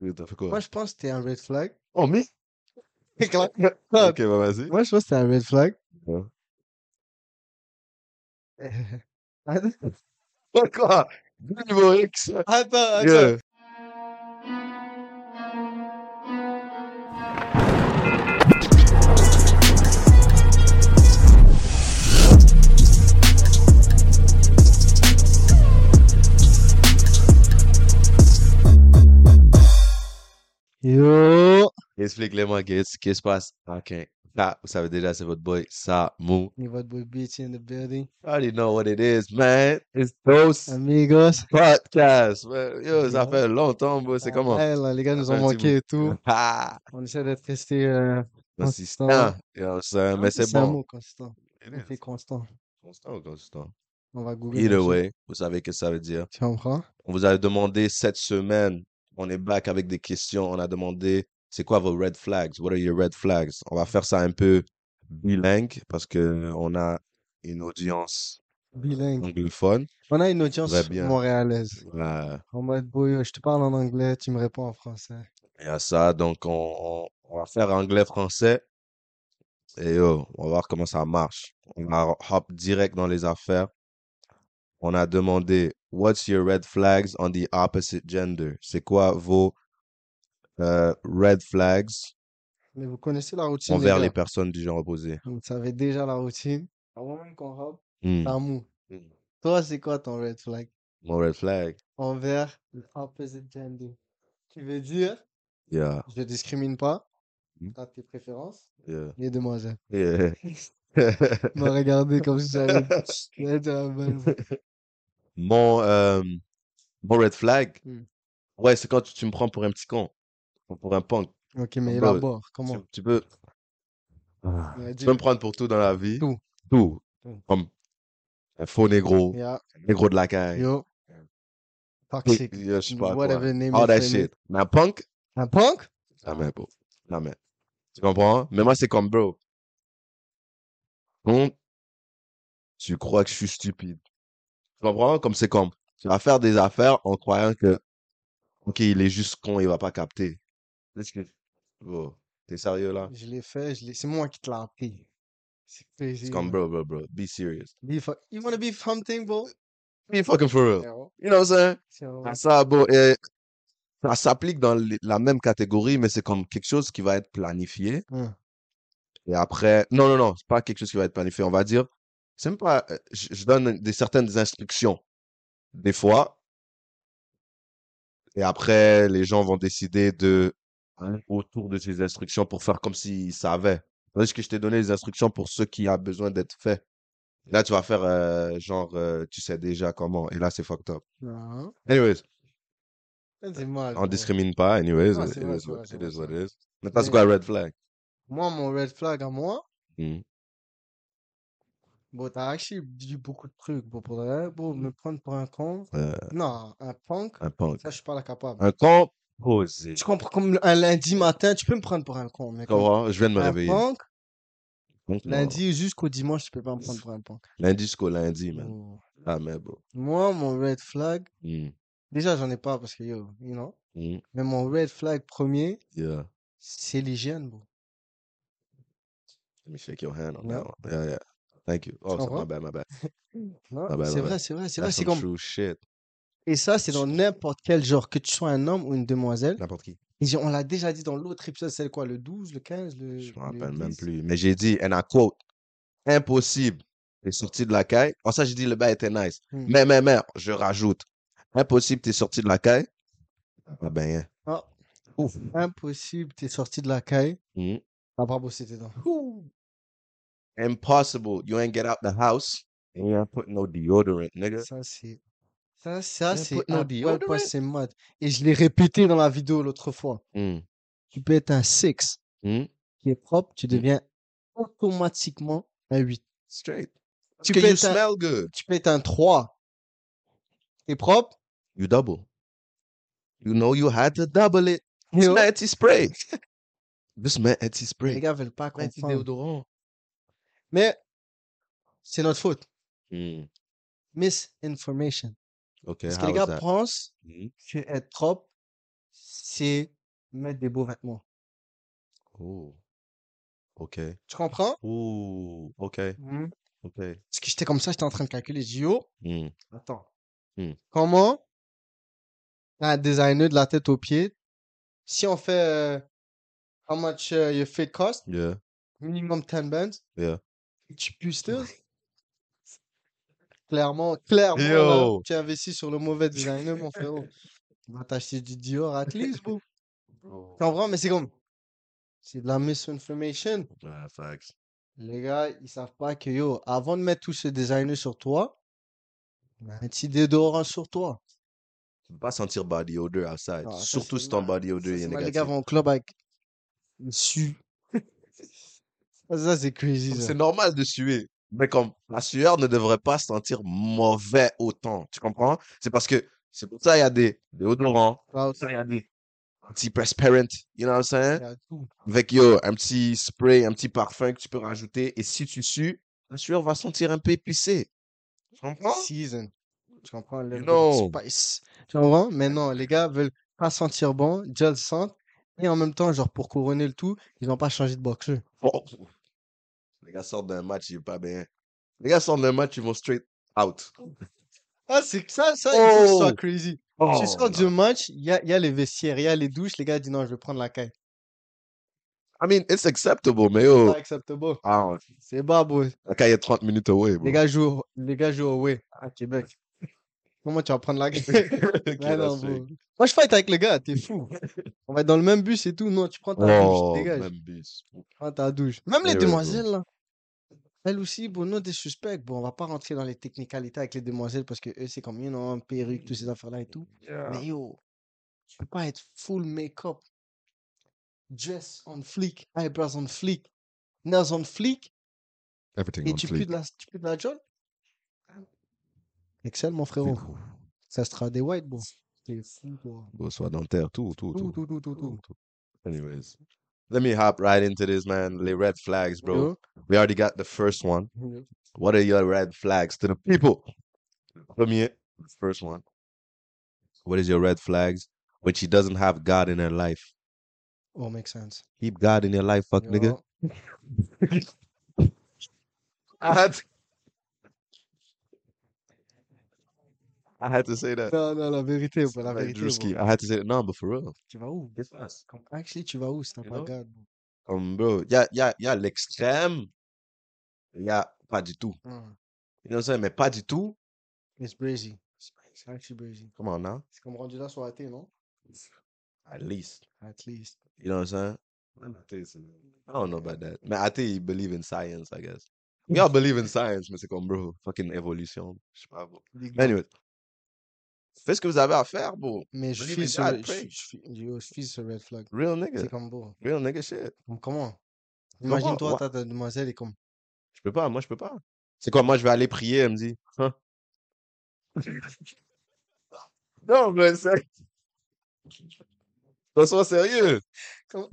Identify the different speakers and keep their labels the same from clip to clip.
Speaker 1: Puis t'as fait quoi?
Speaker 2: Moi, je pense que t'es un red flag.
Speaker 1: Oh, mais?
Speaker 2: C'est clair.
Speaker 1: Ok, bah vas-y.
Speaker 2: Ah, Moi, je pense que t'es un red flag.
Speaker 1: Ouais.
Speaker 2: Attends,
Speaker 1: Quoi? Niveau X.
Speaker 2: attends, attends.
Speaker 1: Yeah.
Speaker 2: Yo!
Speaker 1: Explique-le-moi qu'est-ce qui se passe. Ok. Là, vous savez déjà, c'est votre boy Samu.
Speaker 2: Niveau boy bitch in the building.
Speaker 1: I already know what it is, man. It's
Speaker 2: Ah,
Speaker 1: those
Speaker 2: Amigos.
Speaker 1: podcasts, man.
Speaker 2: Ah,
Speaker 1: Yo, ça fait longtemps, bro. C'est comment?
Speaker 2: Ouais, là, les gars nous
Speaker 1: Ça
Speaker 2: ont
Speaker 1: fait un petit
Speaker 2: manqué et tout.
Speaker 1: Ah,
Speaker 2: On essaie d'être resté euh,
Speaker 1: consistant. Yo, ça, mais Ben, c'est
Speaker 2: un
Speaker 1: bon.
Speaker 2: mot constant.
Speaker 1: It
Speaker 2: Ah, On fait
Speaker 1: is.
Speaker 2: constant.
Speaker 1: Constant ou consistant?
Speaker 2: On va googler.
Speaker 1: Either
Speaker 2: comme ça.
Speaker 1: way, vous savez que ça veut dire.
Speaker 2: Tu comprends?
Speaker 1: On vous a demandé cette semaine, on est back avec des questions. On a demandé, c'est quoi vos red flags? What are your red flags? On va faire ça un peu bilingue parce que on a une audience
Speaker 2: Bilingue.
Speaker 1: anglophone.
Speaker 2: On a une audience
Speaker 1: Mm. Très bien.
Speaker 2: montréalaise.
Speaker 1: Euh,
Speaker 2: En mode, boy, je te parle en anglais, tu me réponds en français.
Speaker 1: Il y a ça, donc on, on- on va faire anglais-français et yo, on va voir comment ça marche. On va hop direct dans les affaires. On a demandé, What's your red flags on the opposite gender? C'est quoi vos euh, red flags
Speaker 2: Mais vous connaissez la routine, les
Speaker 1: envers les
Speaker 2: gars.
Speaker 1: personnes du genre opposé?
Speaker 2: Vous savez déjà la routine. Avant même qu'on rentre,
Speaker 1: Hmm.
Speaker 2: Tamou,
Speaker 1: Hmm.
Speaker 2: toi, c'est quoi ton red flag
Speaker 1: Mon red flag?
Speaker 2: envers l'opposite gender? Tu veux dire,
Speaker 1: Yeah,
Speaker 2: je ne discrimine pas,
Speaker 1: Mhm.
Speaker 2: t'as tes préférences,
Speaker 1: yeah,
Speaker 2: les demoiselles.
Speaker 1: yeah.
Speaker 2: Il m'a regardé comme si j'avais j'avais de la bonne.
Speaker 1: Mon, euh, mon red flag?
Speaker 2: Hmm.
Speaker 1: Ouais, c'est quand tu, tu me prends pour un petit con, ou pour un punk.
Speaker 2: Ok, mais
Speaker 1: Bro,
Speaker 2: élabore,
Speaker 1: Tu,
Speaker 2: comment?
Speaker 1: tu peux.
Speaker 2: Il a
Speaker 1: Tu
Speaker 2: dit,
Speaker 1: peux me prendre pour tout dans la vie.
Speaker 2: Tout.
Speaker 1: Tout.
Speaker 2: Tout.
Speaker 1: Comme un faux négro,
Speaker 2: yeah,
Speaker 1: un négro de la caille.
Speaker 2: yo, toxic,
Speaker 1: Je sais pas. quoi.
Speaker 2: whatever name
Speaker 1: All
Speaker 2: it
Speaker 1: that
Speaker 2: may be.
Speaker 1: shit. Mais un punk,
Speaker 2: Un punk?
Speaker 1: jamais, bro. Jamais. Tu comprends? Mais moi, c'est comme, bro. Donc, tu crois que je suis stupide. Tu comprends? Comme c'est comme, tu vas faire des affaires en croyant que, ok, il est juste con, il va pas capter. Bro, t'es sérieux là?
Speaker 2: Je l'ai fait, je l'ai... c'est moi qui te l'ai appris. C'est crazy.
Speaker 1: C'est comme, bro,
Speaker 2: man.
Speaker 1: bro, bro. Be serious.
Speaker 2: Be fu- You wanna be something, bro?
Speaker 1: Euh. Be fucking for real.
Speaker 2: Yo,
Speaker 1: You know what I'm saying?
Speaker 2: so-
Speaker 1: Ah, Ça, bon, euh, ça s'applique dans les- la même catégorie, mais c'est comme quelque chose qui va être planifié.
Speaker 2: Hein.
Speaker 1: Et après, non, non, non, c'est pas quelque chose qui va être planifié. On va dire, c'est même pas, euh, je, je donne des certaines instructions, des fois. Et après, les gens vont décider de, aller autour de ces instructions pour faire comme s'ils savaient. Tandis que je t'ai donné les instructions pour ce qui a besoin d'être fait. Là, tu vas faire, euh, genre, euh, tu sais déjà comment. Et là, c'est fucked up.
Speaker 2: Non.
Speaker 1: Anyways.
Speaker 2: Ça, c'est mal,
Speaker 1: On
Speaker 2: bro.
Speaker 1: discrimine pas, anyways.
Speaker 2: Non,
Speaker 1: it
Speaker 2: c'est vrai,
Speaker 1: is
Speaker 2: c'est vrai,
Speaker 1: what
Speaker 2: c'est
Speaker 1: it
Speaker 2: vrai,
Speaker 1: is.
Speaker 2: c'est
Speaker 1: what it
Speaker 2: vrai.
Speaker 1: is. Mais toi, c'est
Speaker 2: Mais-
Speaker 1: quoi red flag?
Speaker 2: Moi, mon red flag à moi,
Speaker 1: Mm.
Speaker 2: bon, t'as actually dit beaucoup de trucs, bon, pour de vrai, bon, me prendre pour un con.
Speaker 1: Mmh. Euh,
Speaker 2: Non, un punk,
Speaker 1: un punk.
Speaker 2: ça, je suis pas là capable.
Speaker 1: Un con posé.
Speaker 2: Tu comprends, comme le- un lundi matin, tu peux me prendre pour un con, mais
Speaker 1: Tu
Speaker 2: comme
Speaker 1: comprends? Je viens de me
Speaker 2: un
Speaker 1: réveiller.
Speaker 2: punk,
Speaker 1: Donc, non.
Speaker 2: lundi jusqu'au dimanche, tu peux pas me prendre pour un punk.
Speaker 1: Lundi jusqu'au lundi, man.
Speaker 2: Oh.
Speaker 1: Ah, mais bro.
Speaker 2: Moi, mon red flag,
Speaker 1: Mm.
Speaker 2: déjà, j'en ai pas parce que, yo, you know,
Speaker 1: Mm.
Speaker 2: mais mon red flag premier,
Speaker 1: Yeah.
Speaker 2: c'est l'hygiène, bro.
Speaker 1: Let me shake your hand on
Speaker 2: Yeah.
Speaker 1: that one. Yeah, yeah. Thank you. Oh,
Speaker 2: Tu
Speaker 1: c'est my
Speaker 2: comprends?
Speaker 1: bad, my bad.
Speaker 2: Non,
Speaker 1: Ah bah,
Speaker 2: c'est
Speaker 1: bah,
Speaker 2: vrai,
Speaker 1: bah.
Speaker 2: c'est vrai, c'est vrai,
Speaker 1: That's some
Speaker 2: c'est comme,
Speaker 1: true shit.
Speaker 2: Et ça, c'est dans n'importe quel genre, que tu sois un homme ou une demoiselle.
Speaker 1: N'importe qui.
Speaker 2: Et j'ai- on l'a déjà dit dans l'autre épisode, c'est quoi, le 12, le 15, le,
Speaker 1: Je me
Speaker 2: le
Speaker 1: rappelle même
Speaker 2: 10?
Speaker 1: plus. Mais j'ai dit, and I quote, impossible. T'es sorti de la caille. En ça, j'ai dit, le bail était nice.
Speaker 2: Hmm.
Speaker 1: Mais, mais, mais, je rajoute. Impossible, t'es sorti de la caille. Ah ben, hein.
Speaker 2: Ah,
Speaker 1: Ouf.
Speaker 2: impossible, t'es sorti de la caille, Ah,
Speaker 1: Mhm.
Speaker 2: t'as pas bossé tes dents.
Speaker 1: Impossible. You ain't get out the house. And you ain't put no deodorant, nigga.
Speaker 2: Ça, c'est. Ça, ça,
Speaker 1: Yeah,
Speaker 2: c'est.
Speaker 1: put no
Speaker 2: à quel point
Speaker 1: deodorant.
Speaker 2: c'est mad. Et je l'ai répété dans la vidéo l'autre fois.
Speaker 1: Mm.
Speaker 2: Tu peux être un 6
Speaker 1: Mm.
Speaker 2: qui est propre, tu
Speaker 1: Mm.
Speaker 2: deviens automatiquement un 8.
Speaker 1: Straight. Tu
Speaker 2: Tu peux
Speaker 1: you
Speaker 2: être un-
Speaker 1: smell good.
Speaker 2: Tu peux être un 3 qui est propre.
Speaker 1: You double. You know you had to double it.
Speaker 2: mais
Speaker 1: This
Speaker 2: oh,
Speaker 1: man anti-spray. This man
Speaker 2: les
Speaker 1: anti-spray.
Speaker 2: gars veulent pas comprendre.
Speaker 1: Anti-déodorant.
Speaker 2: Mais c'est notre faute.
Speaker 1: Mm.
Speaker 2: misinformation.
Speaker 1: Okay,
Speaker 2: Mmh. Parce que
Speaker 1: how
Speaker 2: les
Speaker 1: is
Speaker 2: gars
Speaker 1: that?
Speaker 2: pensent
Speaker 1: Mm.
Speaker 2: que être propre, c'est mettre des beaux vêtements.
Speaker 1: Oh. OK.
Speaker 2: Tu comprends?
Speaker 1: Ouh. OK. OK.
Speaker 2: Parce que j'étais comme ça, j'étais en train de calculer. J'ai dit, yo,
Speaker 1: Hmm.
Speaker 2: Attends.
Speaker 1: Hmm.
Speaker 2: Comment un designer de la tête aux pieds, si on fait euh, how much euh, your fit cost,
Speaker 1: Yeah.
Speaker 2: minimum 10 bands,
Speaker 1: Yeah.
Speaker 2: tu peux still. clairement, clairement, là,
Speaker 1: Yo.
Speaker 2: tu investis sur le mauvais designer, mon frérot. Va t'acheter du Dior at least, bro. Tu comprends? Mais c'est comme. C'est de la misinformation.
Speaker 1: Ah, facts.
Speaker 2: Les gars, ils savent pas que yo, avant de mettre tout ce designer sur toi, mets un petit déodorant hein, sur toi.
Speaker 1: Tu peux pas sentir body odor outside.
Speaker 2: Ah, ça,
Speaker 1: Bah, Surtout
Speaker 2: c'est
Speaker 1: si ton
Speaker 2: mal.
Speaker 1: body odor
Speaker 2: Ça,
Speaker 1: est
Speaker 2: c'est mal. Les
Speaker 1: négatif.
Speaker 2: gars vont au club avec une sue. Ça, ça, c'est crazy.
Speaker 1: Comme
Speaker 2: ça.
Speaker 1: C'est normal de suer. Mais comme la sueur ne devrait pas sentir mauvais autant. Tu comprends? C'est parce que c'est pour ça qu'il y a des déodorants,
Speaker 2: Cloud,
Speaker 1: ça, il y a des anti-perspirant, you know what I'm
Speaker 2: Bah, il
Speaker 1: saying?
Speaker 2: y a tout.
Speaker 1: Avec yo, un petit spray, un petit parfum que tu peux rajouter. Et si tu sues, la sueur va sentir un peu épicée. Tu comprends?
Speaker 2: Season. Tu comprends? le
Speaker 1: You know.
Speaker 2: spice. Tu comprends? Mais non, les gars veulent pas sentir bon, déjà le sentent. Et en même temps, genre, pour couronner le tout, ils n'ont pas changé de boxeur.
Speaker 1: Oh. Les gars sortent d'un match, ils vont pas bien. Les gars sortent d'un match, ils vont straight out.
Speaker 2: Ah, c'est que ça, ça,
Speaker 1: il faut que ce soit
Speaker 2: crazy.
Speaker 1: Oh,
Speaker 2: tu sors du
Speaker 1: non.
Speaker 2: match, il y a, il y a les vestiaires, il y a les douches, les gars disent non, je vais prendre la caille.
Speaker 1: I mean, it's acceptable, mais yo.
Speaker 2: Pas acceptable.
Speaker 1: Ah,
Speaker 2: C'est bas, bro.
Speaker 1: la caille est 30 minutes away, bro.
Speaker 2: Les gars jouent, les gars jouent away. À Québec. Comment tu vas prendre la caille?
Speaker 1: Ok,
Speaker 2: Ouais, non,
Speaker 1: that's fake.
Speaker 2: bro. Moi, je fight avec le gars, t'es fou. On va être dans le même bus et tout. Non, tu prends ta
Speaker 1: Oh,
Speaker 2: douche, dégage.
Speaker 1: même bis.
Speaker 2: Prends ta douche. Même les
Speaker 1: Eh ouais, bro.
Speaker 2: demoiselles, là. Elles aussi, bon, non, des suspects. Bon, on va pas rentrer dans les technicalités avec les demoiselles parce que eux, c'est comme, you know, perruque, toutes ces affaires-là et tout.
Speaker 1: Ah.
Speaker 2: Mais yo, tu peux pas être full make-up. Dress on fleek, eyebrows on fleek, nails on fleek,
Speaker 1: Everything
Speaker 2: et tu pues de la, tu pues de la jolle. Excel, mon frérot. Ça sera des white, bon. C'est fou, toi.
Speaker 1: Soit dentaire, tout, tout,
Speaker 2: Tout,
Speaker 1: tout.
Speaker 2: tout, tout, tout, tout.
Speaker 1: Anyways. Let me hop right into this, man. Les red flags, bro.
Speaker 2: Yo.
Speaker 1: We already got the first one. What are your red flags to the people? Premier, first one. What is your red flags when she doesn't have God in her life?
Speaker 2: Oh, makes sense.
Speaker 1: Keep God in your life, fuck nigga.
Speaker 2: Yo.
Speaker 1: I had to, I had to say that.
Speaker 2: Non, non, la vérité, bah, la
Speaker 1: Like,
Speaker 2: vérité.
Speaker 1: Drewski,
Speaker 2: bon.
Speaker 1: I had to say that. No, but for real.
Speaker 2: Tu vas où?
Speaker 1: It's us.
Speaker 2: Comme, Actually, tu vas où si t'as
Speaker 1: You
Speaker 2: pas
Speaker 1: know?
Speaker 2: God?
Speaker 1: Comme, Um, bro, y a, y a, y a l'extrême, y a pas du tout. You know what I'm saying? Mais pas du tout.
Speaker 2: Hein. It's brazy. C'est actually brazy.
Speaker 1: Come on now.
Speaker 2: C'est comme rendu là sur la thé, non?
Speaker 1: At least.
Speaker 2: At least.
Speaker 1: You know what I'm saying? I don't know about that. Mais athée, il believe in science, I guess. We all believe in science, mais c'est comme, bro, fucking évolution. Je sais pas, bro.
Speaker 2: Big
Speaker 1: Mais Anyway. Faites ce que vous avez à faire, bro.
Speaker 2: Mais je
Speaker 1: Believe
Speaker 2: suis
Speaker 1: in
Speaker 2: sur
Speaker 1: God,
Speaker 2: le-
Speaker 1: pray.
Speaker 2: je- je suis- yo, je suis sur red flag.
Speaker 1: Real
Speaker 2: C'est
Speaker 1: nigga.
Speaker 2: comme bon.
Speaker 1: Real nigga shit.
Speaker 2: Comme comment? Imagine-toi,
Speaker 1: moi-
Speaker 2: t'as ta demoiselle et comme.
Speaker 1: Je peux pas, moi, je peux pas. C'est quoi, moi, je vais aller prier, elle me dit. Hein? non, mais c'est... Sois- Sois sérieux.
Speaker 2: Comment-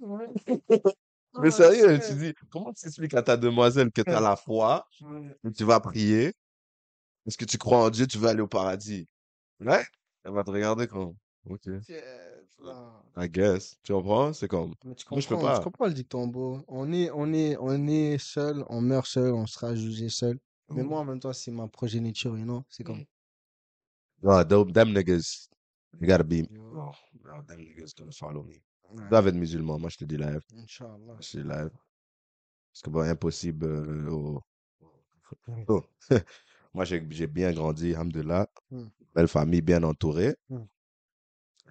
Speaker 2: Oh,
Speaker 1: Mais sérieux, tu dis, comment tu expliques à ta demoiselle que tu as
Speaker 2: Ouais.
Speaker 1: la foi,
Speaker 2: Ouais.
Speaker 1: que tu vas prier, parce que tu crois en Dieu, tu vas aller au paradis. Ouais? Elle va te regarder comme, OK,
Speaker 2: Yes, là.
Speaker 1: I guess. Tu comprends? C'est comme,
Speaker 2: Mais tu
Speaker 1: Moi, je peux
Speaker 2: comprends,
Speaker 1: pas.
Speaker 2: je comprends le dicton, bro. On est, on est, on est seul, on meurt seul, on sera jugé seul. Mais
Speaker 1: Mm.
Speaker 2: moi, en même temps, c'est ma progéniture, you know? C'est comme.
Speaker 1: oh, them, them niggas, they gotta be,
Speaker 2: Yo.
Speaker 1: oh, no, them niggas gonna follow me.
Speaker 2: Ouais.
Speaker 1: Ils doivent être musulmans, moi, je te dis live.
Speaker 2: Inch'Allah.
Speaker 1: Je suis live. Parce que, bon, impossible. euh, au- au- Moi, j'ai j'ai bien grandi, alhamdoulilah.
Speaker 2: Hmm.
Speaker 1: Belle famille, bien entourée.
Speaker 2: Hmm.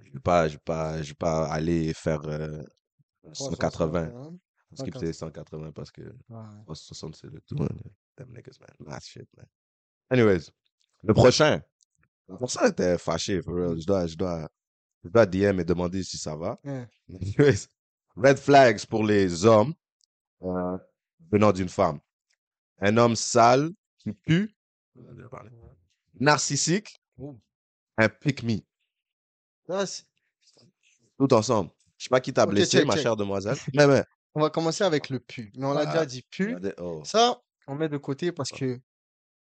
Speaker 1: Je ne vais pas, je vais pas, je vais pas aller faire euh, 180.
Speaker 2: 361,
Speaker 1: Skip c'est 180 parce que
Speaker 2: ouais.
Speaker 1: 60, c'est le tout. hein. Them niggas, man. Last Ah, shit, man. Anyways, le prochain. Pour ça, j'étais fâché, for real. Je dois, je dois, je dois DM et demander si ça va.
Speaker 2: Ouais.
Speaker 1: Anyways, red flags pour les hommes euh, venant d'une femme. Un homme sale qui pue, narcissique,
Speaker 2: Oh.
Speaker 1: un pick me.
Speaker 2: Ça, c'est-
Speaker 1: Tout ensemble. Je sais pas qui t'a
Speaker 2: Ok,
Speaker 1: blessé,
Speaker 2: check,
Speaker 1: ma
Speaker 2: check.
Speaker 1: chère demoiselle. Mais, mais.
Speaker 2: On va commencer avec le pu. Mais on l'a déjà
Speaker 1: Ah.
Speaker 2: dit pu.
Speaker 1: Regardez, oh.
Speaker 2: Ça, on met de côté parce que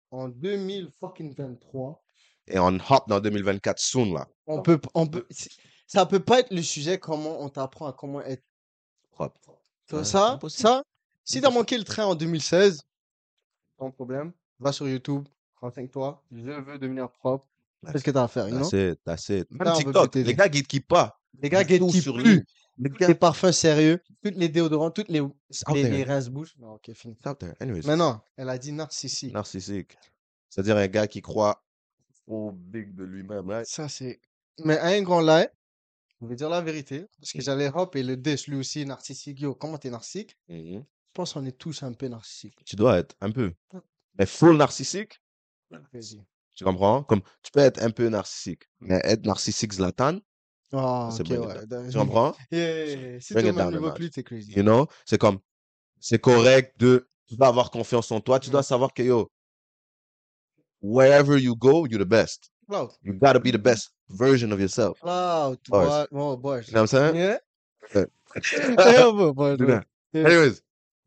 Speaker 2: en 2023,
Speaker 1: Et on hop dans 2024 soon, là.
Speaker 2: On peut, on peut, c'est- ça peut pas être le sujet comment on t'apprend à comment être.
Speaker 1: Propre.
Speaker 2: Tu vois,
Speaker 1: Ouais,
Speaker 2: ça,
Speaker 1: impossible.
Speaker 2: ça, si t'as manqué le train en 2016, ton problème, va sur YouTube, renseigne-toi, je veux devenir Bah, propre. Qu'est-ce que t'as à faire, you know?
Speaker 1: That's it, that's it. Même
Speaker 2: Ah Là, on veut
Speaker 1: TikTok,
Speaker 2: plus t'aider.
Speaker 1: les gars gatekeep pas.
Speaker 2: Les gars,
Speaker 1: Ils font
Speaker 2: qui
Speaker 1: sur
Speaker 2: plus.
Speaker 1: lui. Les
Speaker 2: Tous les parfums sérieux, toutes les déodorants, toutes les,
Speaker 1: It's out
Speaker 2: les, les
Speaker 1: there.
Speaker 2: rince-bouches. Non, ok, fini.
Speaker 1: It's out there. Anyways.
Speaker 2: Maintenant, elle a dit narcissique.
Speaker 1: Narcissique. C'est-à-dire un gars qui croit au big de lui-même, right?
Speaker 2: Ça, c'est. Mais à un grand là, je vais dire la vérité, parce que j'allais hop et le dish, lui aussi, narcissique. Yo, comment t'es narcissique?
Speaker 1: Mhm.
Speaker 2: Je pense qu'on est tous un peu narcissiques.
Speaker 1: Tu dois être un peu.
Speaker 2: Ah.
Speaker 1: Mais full narcissique,
Speaker 2: Vas-y.
Speaker 1: tu comprends? Comme tu peux être un peu narcissique, mais être narcissique Zlatan,
Speaker 2: Ah,
Speaker 1: Ça,
Speaker 2: ok,
Speaker 1: bring it
Speaker 2: ouais.
Speaker 1: tu comprends?
Speaker 2: Yeah, yeah, yeah. Si
Speaker 1: Bring
Speaker 2: tu
Speaker 1: it
Speaker 2: même
Speaker 1: down a
Speaker 2: niveau
Speaker 1: notch.
Speaker 2: plus, t'es crazy.
Speaker 1: You know? C'est comme, c'est correct de, tu dois avoir confiance en toi, tu dois
Speaker 2: Mhm.
Speaker 1: savoir que yo, wherever you go, you're the best.
Speaker 2: Cloud.
Speaker 1: You gotta be the best version of yourself.
Speaker 2: Cloud,
Speaker 1: Bars.
Speaker 2: boy. Oh, boy.
Speaker 1: You know what I'm saying?
Speaker 2: Yeah?
Speaker 1: Yeah.
Speaker 2: Yeah, boy, boy,
Speaker 1: Do
Speaker 2: boy.
Speaker 1: that.
Speaker 2: Yeah.
Speaker 1: Anyways.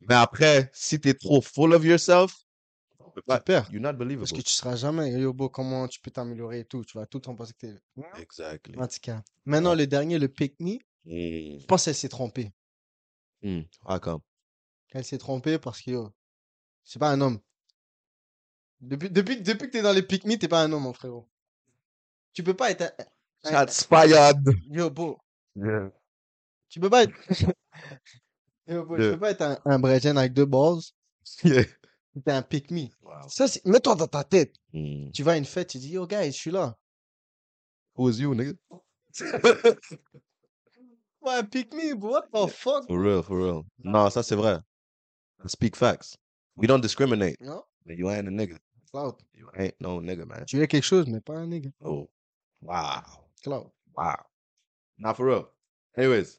Speaker 1: Mais après, si t'es trop full of yourself, tu peux pas-
Speaker 2: Tu perds.
Speaker 1: you're not
Speaker 2: Parce
Speaker 1: believable.
Speaker 2: que tu seras jamais, yo, yo, bro, comment tu peux t'améliorer et tout. Tu vas tout le temps penser que t'es.
Speaker 1: Exactly.
Speaker 2: En tout cas. Maintenant, le dernier, le pick me, je pense qu'elle s'est trompée.
Speaker 1: Hmm. How come?
Speaker 2: Elle s'est trompée parce que, yo, c'est pas un homme. Depuis, depuis, depuis que t'es dans les pick me, t'es pas un homme, mon frérot. Tu peux pas être un. un-
Speaker 1: Shots fired.
Speaker 2: Yo, bro.
Speaker 1: Yeah.
Speaker 2: Tu peux pas être. Yo, bro, tu
Speaker 1: Deux.
Speaker 2: peux pas être un, un Brésilien avec deux balls.
Speaker 1: Yeah.
Speaker 2: T'es un pick me.
Speaker 1: Wow.
Speaker 2: Ça, c'est- mets-toi dans ta tête.
Speaker 1: Hmm.
Speaker 2: Tu vas à une fête, tu dis, yo, guys, je suis là.
Speaker 1: Who is you, nigga?
Speaker 2: Ouais, pick me, bro. What the fuck?
Speaker 1: For real, for real. Non, ça c'est vrai. Speak facts. We don't discriminate.
Speaker 2: Non,
Speaker 1: You ain't a nigga.
Speaker 2: Cloud.
Speaker 1: You ain't no nigga, man.
Speaker 2: Tu es quelque chose, mais pas un nigga.
Speaker 1: Oh. Wow.
Speaker 2: Cloud.
Speaker 1: Wow. Not for real. Anyways,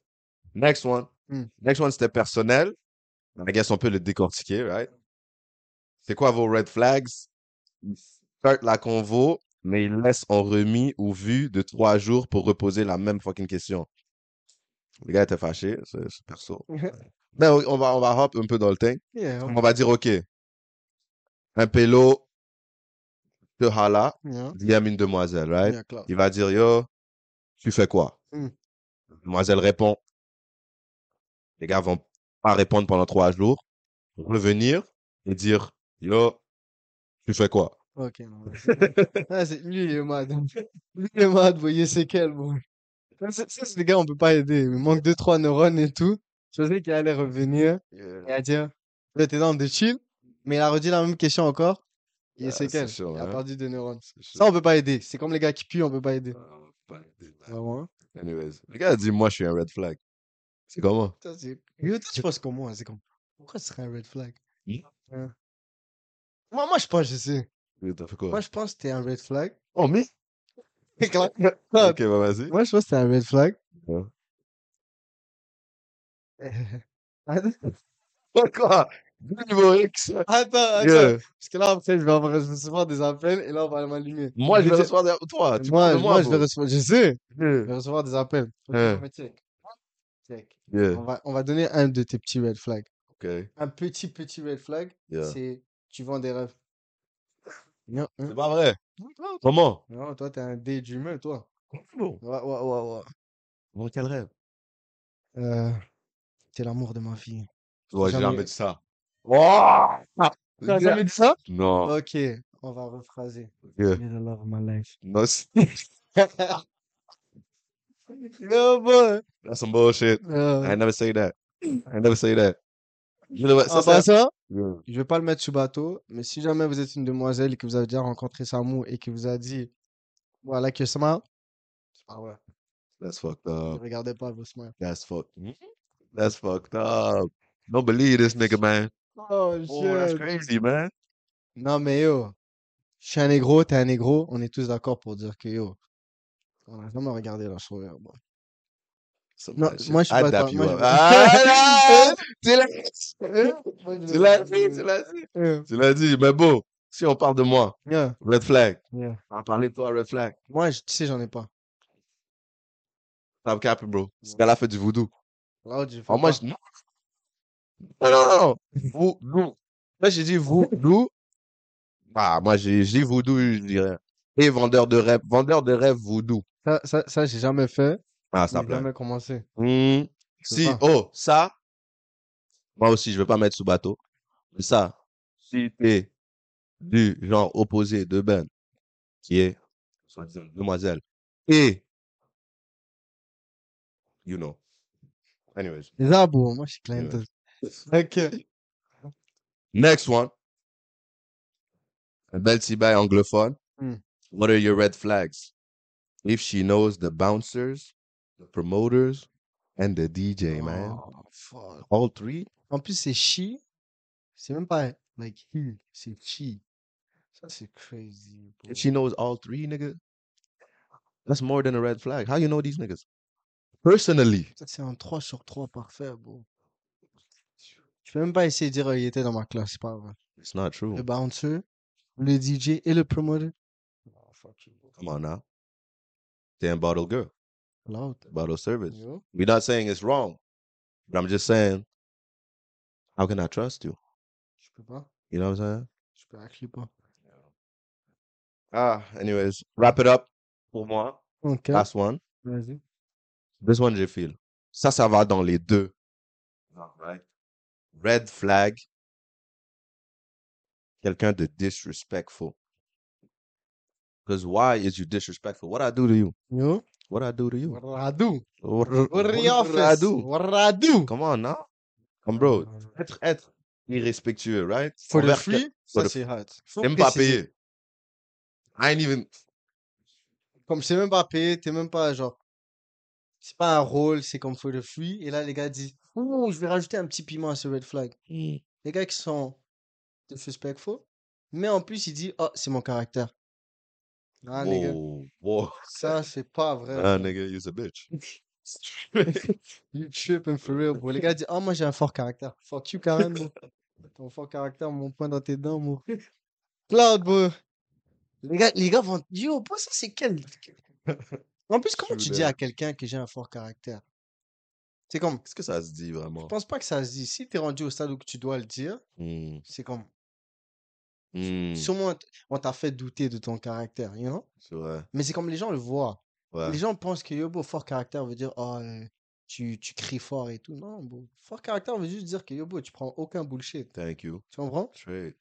Speaker 1: next one.
Speaker 2: Hmm.
Speaker 1: Next one, c'était personnel. I guess on peut le décortiquer, right? C'est quoi vos red flags? Il start la convo, mais il laisse en remis ou vu de trois jours pour reposer la même fucking question. Le gars était fâché, c'est c'est perso. Ben, on on va, on va hop un peu dans le thing.
Speaker 2: Yeah,
Speaker 1: On va dire, OK, un pélo de Hala,
Speaker 2: yeah,
Speaker 1: il aime une demoiselle, right?
Speaker 2: yeah, Cloud.
Speaker 1: Il va dire, yo, tu fais quoi?
Speaker 2: Hmm.
Speaker 1: Mademoiselle répond. Les gars vont pas répondre pendant trois jours, revenir et dire, yo, tu fais quoi?
Speaker 2: Ok, non. Ah, c'est- lui, il est mad. Lui, il est mad, vous voyez, c'est quel, bon. Ça, c'est ça, c'est les gars, on peut pas aider. Il manque deux, trois neurones et tout. Je sais qu'il allait revenir et à dire, là, t'es dans de chill, mais il a redit la même question encore. Il
Speaker 1: Ah,
Speaker 2: est
Speaker 1: c'est
Speaker 2: séquel.
Speaker 1: chaud,
Speaker 2: Il a
Speaker 1: hein.
Speaker 2: perdu des neurones.
Speaker 1: C'est chaud.
Speaker 2: Ça, on peut pas aider. C'est comme les gars qui puent, on peut pas aider. Vraiment, hein.
Speaker 1: Anyways, le gars a dit, moi, je suis un red flag. C'est comment?
Speaker 2: Ça, c'est. Yo, toi, tu penses comme moi, c'est comme. Pourquoi ce serait un red flag?
Speaker 1: Hmm?
Speaker 2: Hein. Moi, moi, je pense, je sais.
Speaker 1: Oui, T'as fait quoi?
Speaker 2: Moi, je pense que t'es un red flag.
Speaker 1: Oh, mais?
Speaker 2: Claude,
Speaker 1: Ok, Hein? bah, vas-y.
Speaker 2: Moi, je pense que t'es un red flag.
Speaker 1: Ouais.
Speaker 2: Attends,
Speaker 1: Quoi? Niveau X.
Speaker 2: attends, attends.
Speaker 1: Yeah.
Speaker 2: Parce que là, après, je vais avoir- je vais recevoir des appels et là, on va m'allumer.
Speaker 1: Moi, je
Speaker 2: vais
Speaker 1: vais
Speaker 2: dire-
Speaker 1: recevoir derrière toi. Bah, Tu
Speaker 2: Moi,
Speaker 1: parles de
Speaker 2: moi, je vais
Speaker 1: bro. Hein.
Speaker 2: recevoir. Je sais, je
Speaker 1: Yeah.
Speaker 2: vais recevoir des appels. Ok,
Speaker 1: Ouais.
Speaker 2: mais check. Check.
Speaker 1: Yeah.
Speaker 2: On va, on va donner un de tes petits red flags.
Speaker 1: Ok.
Speaker 2: Un petit, petit red flag,
Speaker 1: Yeah.
Speaker 2: c'est tu vends des rêves. Non, hein.
Speaker 1: C'est pas vrai.
Speaker 2: Oui, toi.
Speaker 1: Comment?
Speaker 2: Non, toi, t'es un dé d'humain, toi. Ouais, ouais, ouais, ouais.
Speaker 1: Bon, quel rêve?
Speaker 2: Euh, t'es l'amour de ma vie.
Speaker 1: Ouais, j'ai
Speaker 2: Jamais.
Speaker 1: jamais dit ça. Oh!
Speaker 2: T'as jamais dit ça?
Speaker 1: Non.
Speaker 2: Ok, on va rephraser.
Speaker 1: Yeah.
Speaker 2: Oh. You're the love of my life.
Speaker 1: No, s-
Speaker 2: Yo, boy.
Speaker 1: that's some bullshit.
Speaker 2: Euh,
Speaker 1: I never say that. I never say that. You know what?
Speaker 2: en
Speaker 1: Ah, Ça, ça-
Speaker 2: passant,
Speaker 1: Yeah.
Speaker 2: je vais pas le mettre sous bateau, mais si jamais vous êtes une demoiselle et que vous avez déjà rencontré Samu et qui vous a dit, voilà que smile, c'est pas vrai.
Speaker 1: That's fucked
Speaker 2: Ne
Speaker 1: up.
Speaker 2: regardez pas vos smiles.
Speaker 1: That's fucked. That's fucked up. Don't believe this nigga, man.
Speaker 2: Oh,
Speaker 1: Oh, that's
Speaker 2: shit.
Speaker 1: crazy, man.
Speaker 2: Non, mais yo, je suis un négro, t'es un négro, on est tous d'accord pour dire que yo, on a jamais regardé hein, leur sourire, boy.
Speaker 1: Some
Speaker 2: Non,
Speaker 1: bad shit.
Speaker 2: moi, je suis
Speaker 1: I'd
Speaker 2: pas
Speaker 1: dap
Speaker 2: d'accord,
Speaker 1: you
Speaker 2: moi, je
Speaker 1: up.
Speaker 2: suis
Speaker 1: Ah, non!
Speaker 2: pas-
Speaker 1: Tu l'as
Speaker 2: Euh,
Speaker 1: tu l'as dit, tu l'as dit.
Speaker 2: Euh,
Speaker 1: Tu l'as dit, mais bon, si on parle de moi,
Speaker 2: yeah,
Speaker 1: red flag.
Speaker 2: yeah.
Speaker 1: On va parler de toi, red flag.
Speaker 2: Moi, je- tu sais, j'en ai pas.
Speaker 1: Stop cap, bro. Ce gars-là fait du voodoo.
Speaker 2: Là, je fais
Speaker 1: Ah, moi,
Speaker 2: pas.
Speaker 1: je... Non, non, non, non. Bah, Voodoo. Là, j'ai dit voodoo. Ah, moi, j'ai j'ai dit voodoo, je dirais. et vendeur de rêve. Vendeur de rêve voodoo.
Speaker 2: Ça, ça, ça j'ai jamais fait.
Speaker 1: Ah, ça
Speaker 2: j'ai
Speaker 1: plaît.
Speaker 2: jamais commencé.
Speaker 1: Hmm.
Speaker 2: Je sais
Speaker 1: Si,
Speaker 2: pas.
Speaker 1: oh, ça, moi aussi, je vais pas mettre sous bateau. Mais ça, si t'es du genre opposé de Ben, qui est, soi-disant, demoiselle, et, you know. Anyways,
Speaker 2: Les abos, moi je suis client. Ok.
Speaker 1: next one. Un bel petit bail anglophone.
Speaker 2: Hmm.
Speaker 1: What are your red flags? If she knows the bouncers, the promoters, and the DJ, man.
Speaker 2: Oh, fuck.
Speaker 1: All three?
Speaker 2: En plus, c'est she. C'est même pas like he, c'est she. Ça, c'est crazy. bro.
Speaker 1: If she knows all three, nigga, that's more than a red flag. How you know these niggas? Personally.
Speaker 2: Ça, c'est un 3 sur 3 parfait, bro. Je peux même pas essayer de dire, euh, il était dans ma classe, c'est pas vrai.
Speaker 1: It's not true.
Speaker 2: Le bouncer, le DJ et le promoter. Oh, fuck you, bro.
Speaker 1: Come on now. Damn bottle girl.
Speaker 2: Loud.
Speaker 1: Bottle service.
Speaker 2: Yo.
Speaker 1: We're not saying it's wrong. But I'm just saying, how can I trust you?
Speaker 2: Je peux pas.
Speaker 1: You know what I'm saying?
Speaker 2: Je peux actually pas.
Speaker 1: Ah, anyways. Wrap it up pour moi.
Speaker 2: Ok.
Speaker 1: Last one.
Speaker 2: Vas-y.
Speaker 1: This one, j'ai feel. Ça, ça va dans les deux. Right. Red flag. Quelqu'un de disrespectful. Because why is you disrespectful? What I do to you?
Speaker 2: Yo.
Speaker 1: What I do to you?
Speaker 2: Radou.
Speaker 1: What, I do?
Speaker 2: Radou.
Speaker 1: Come on now. Come bro. Être, être irrespectueux, right?
Speaker 2: For the
Speaker 1: Envers
Speaker 2: free,
Speaker 1: for
Speaker 2: ça
Speaker 1: the-
Speaker 2: c'est hot. Faut
Speaker 1: quel- Même pas
Speaker 2: préciser.
Speaker 1: payé. I ain't even.
Speaker 2: Comme c'est même pas payé, t'es même pas genre. C'est pas un rôle, c'est comme for the free. Et là, les gars disent Ouh, je vais rajouter un petit piment à ce red flag. Les gars qui sont disrespectful, mais en plus, ils disent Oh, c'est mon caractère. Ah, nigga,
Speaker 1: Whoa, whoa.
Speaker 2: ça c'est pas vrai.
Speaker 1: Ah, nigga, you're a bitch.
Speaker 2: You tripping for real, bro. Les gars disent, oh, moi, j'ai un fort caractère. Fuck you, Karen, bro. Ton fort caractère, mon point dans tes dents, bro. Cloud, bro. Les gars, les gars vont, yo, bro, ça, c'est quel... En plus, comment tu dis à
Speaker 1: Soudain.
Speaker 2: quelqu'un que j'ai un fort caractère? C'est comme,
Speaker 1: Est-ce que ça se dit
Speaker 2: je
Speaker 1: vraiment?
Speaker 2: pense pas que ça se dit. Si t'es rendu au stade où que tu dois le dire,
Speaker 1: Hmm.
Speaker 2: c'est comme,
Speaker 1: Hmm.
Speaker 2: sûrement, on t- on t'a fait douter de ton caractère, you know?
Speaker 1: C'est vrai.
Speaker 2: Mais c'est comme les gens le voient.
Speaker 1: Ouais.
Speaker 2: Les gens pensent que Yobo, fort caractère, veut dire oh, euh, tu, tu cries fort et tout. Non, bro. Fort caractère veut juste dire que Yobo, tu prends aucun bullshit.
Speaker 1: Thank you.
Speaker 2: Tu comprends?
Speaker 1: Straight.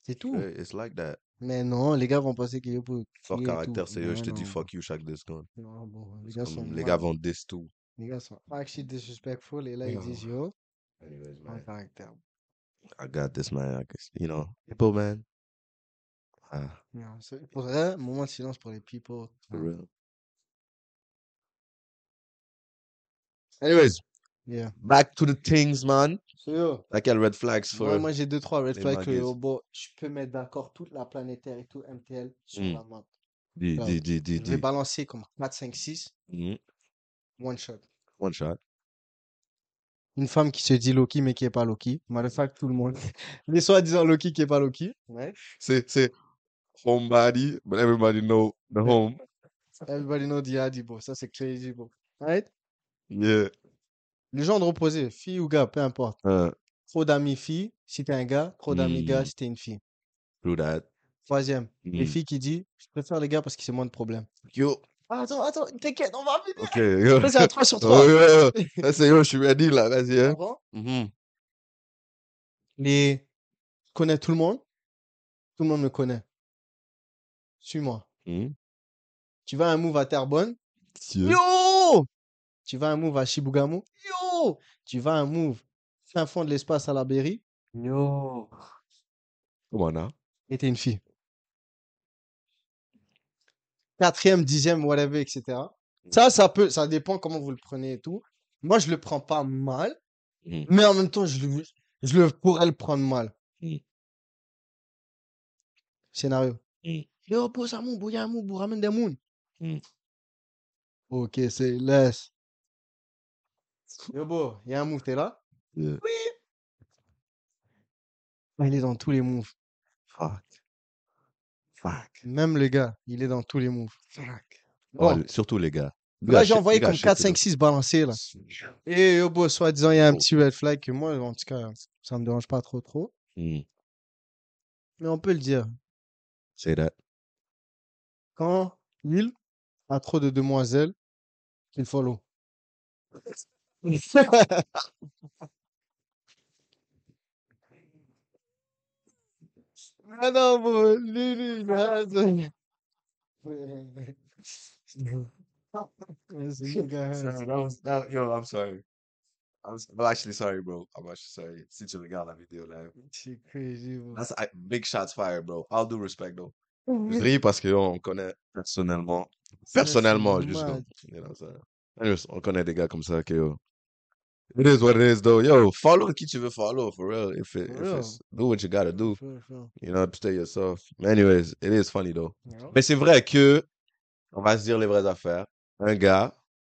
Speaker 2: C'est tout.
Speaker 1: straight. It's like that.
Speaker 2: Mais non, les gars vont penser que Yobo.
Speaker 1: Fort
Speaker 2: crier et
Speaker 1: caractère,
Speaker 2: tout.
Speaker 1: c'est eux, je
Speaker 2: Non,
Speaker 1: te dis
Speaker 2: non,
Speaker 1: fuck you chaque deux secondes.
Speaker 2: non, bro, Les
Speaker 1: C'est
Speaker 2: gars,
Speaker 1: comme,
Speaker 2: sont
Speaker 1: les gars
Speaker 2: mal.
Speaker 1: vont diss tout.
Speaker 2: les gars sont actually disrespectful et là, ils
Speaker 1: Non.
Speaker 2: disent yo,
Speaker 1: Anyways,
Speaker 2: fort caractère.
Speaker 1: I got this, man. I guess, you know, people, man. Ah,
Speaker 2: Non, c'est- Pour vrai, moment de silence pour les people.
Speaker 1: for
Speaker 2: Ah,
Speaker 1: real. Anyways,
Speaker 2: Yeah.
Speaker 1: back to the things, man.
Speaker 2: So, yo,
Speaker 1: Laquelle red flags for
Speaker 2: Moi, moi j'ai deux, trois red
Speaker 1: les
Speaker 2: flags que
Speaker 1: magueys.
Speaker 2: Yobo, je peux mettre d'accord toute la planétaire et tout MTL sur
Speaker 1: Hmm.
Speaker 2: la map.
Speaker 1: Dis,
Speaker 2: Cloud.
Speaker 1: dis, dis, dis,
Speaker 2: Je vais
Speaker 1: dis.
Speaker 2: balancer comme 4, 5, 6,
Speaker 1: Mhm.
Speaker 2: one shot.
Speaker 1: One shot.
Speaker 2: Une femme qui se dit Loki mais qui est pas Loki. Motherfuck tout le monde. Les soi-disant Loki qui est pas Loki. Ouais.
Speaker 1: C'est, c'est homebody, but everybody know the home.
Speaker 2: Everybody know the Yadi, bro. Ça, c'est crazy, bro. Right?
Speaker 1: Yeah.
Speaker 2: Le genre opposé, fille ou gars, peu importe.
Speaker 1: Uh,
Speaker 2: Trop d'amis filles, si t'es un gars. Trop d'amis gars,
Speaker 1: Hmm.
Speaker 2: si t'es une fille.
Speaker 1: do that.
Speaker 2: Troisième, les
Speaker 1: Mm.
Speaker 2: filles qui disent Je préfère les gars parce que c'est moins de problèmes.
Speaker 1: Yo.
Speaker 2: Ah, attends, attends, t'inquiète, on va venir.
Speaker 1: Ok. Yo.
Speaker 2: Ça, c'est un 3 sur 3.
Speaker 1: Oh, yo, yo. Vas-y, yo, je suis ready là. Vas-y.
Speaker 2: Tu
Speaker 1: Hein.
Speaker 2: comprends?
Speaker 1: Mhm.
Speaker 2: Les connais tout le monde. Tout le monde me connaît. Suis-moi.
Speaker 1: Mhm.
Speaker 2: Tu vas à un move à Terrebonne.
Speaker 1: Dieu.
Speaker 2: Yo! Tu vas un move à Shibugamo. Yo! Tu vas un move fin fond de l'espace à la Berry. Yo!
Speaker 1: Come on now.
Speaker 2: Et t'es une fille. Quatrième, dixième, whatever, etc. Ça, ça peut, ça dépend comment vous le prenez et tout. Moi, je le prends pas mal,
Speaker 1: Mhm.
Speaker 2: mais en même temps, je le, je le pourrais le prendre mal.
Speaker 1: Mm.
Speaker 2: Scénario.
Speaker 1: Mm.
Speaker 2: Yo, pose un move, bouille un move, bou- ramène des moons.
Speaker 1: Mm.
Speaker 2: Ok, c'est laisse. Yo, bon, il y a un move, t'es là?
Speaker 1: Yeah.
Speaker 2: Bah, Il est dans tous les moves.
Speaker 1: Fuck. Fuck.
Speaker 2: Même le gars, il est dans tous les moves. Fuck.
Speaker 1: Oh,
Speaker 2: Bon,
Speaker 1: les- surtout les gars. Les
Speaker 2: là,
Speaker 1: gars,
Speaker 2: j'ai
Speaker 1: shit-
Speaker 2: envoyé
Speaker 1: les gars,
Speaker 2: comme
Speaker 1: shit,
Speaker 2: 4,
Speaker 1: les
Speaker 2: 5, 6 balancés, là.
Speaker 1: gars.
Speaker 2: Et yo, bon, soi-disant, il y a un
Speaker 1: Oh.
Speaker 2: petit red flag que moi, en tout cas, ça me dérange pas trop, trop.
Speaker 1: Mm.
Speaker 2: Mais on peut le dire.
Speaker 1: Say that.
Speaker 2: Quand il a trop de demoiselles, il follow. Ah non, bon, lui, lui, il a raison. Ouais, c'est une gare.
Speaker 1: Sorry, that was- that- yo, I'm sorry. I'm, s- I'm actually sorry, bro. I'm actually sorry. Si tu regardes la vidéo là,
Speaker 2: C'est crazy, bro.
Speaker 1: that's I- big shots fired, bro. I'll do respect, though. Ah, Je ris parce que yo, on connaît personnellement,
Speaker 2: Ça, c'est
Speaker 1: personnellement, juste
Speaker 2: mad.
Speaker 1: comme, you know, ça. Anyways, on connaît des gars comme ça que yo. It is what it is, though. Yo, follow qui tu veux follow, for real. If it,
Speaker 2: For
Speaker 1: if
Speaker 2: real.
Speaker 1: it's, do what you gotta do.
Speaker 2: Sure, sure.
Speaker 1: You know, stay yourself. Anyways, it is funny though.
Speaker 2: Yeah.
Speaker 1: Mais c'est vrai que, on va se dire les vraies affaires. Un gars,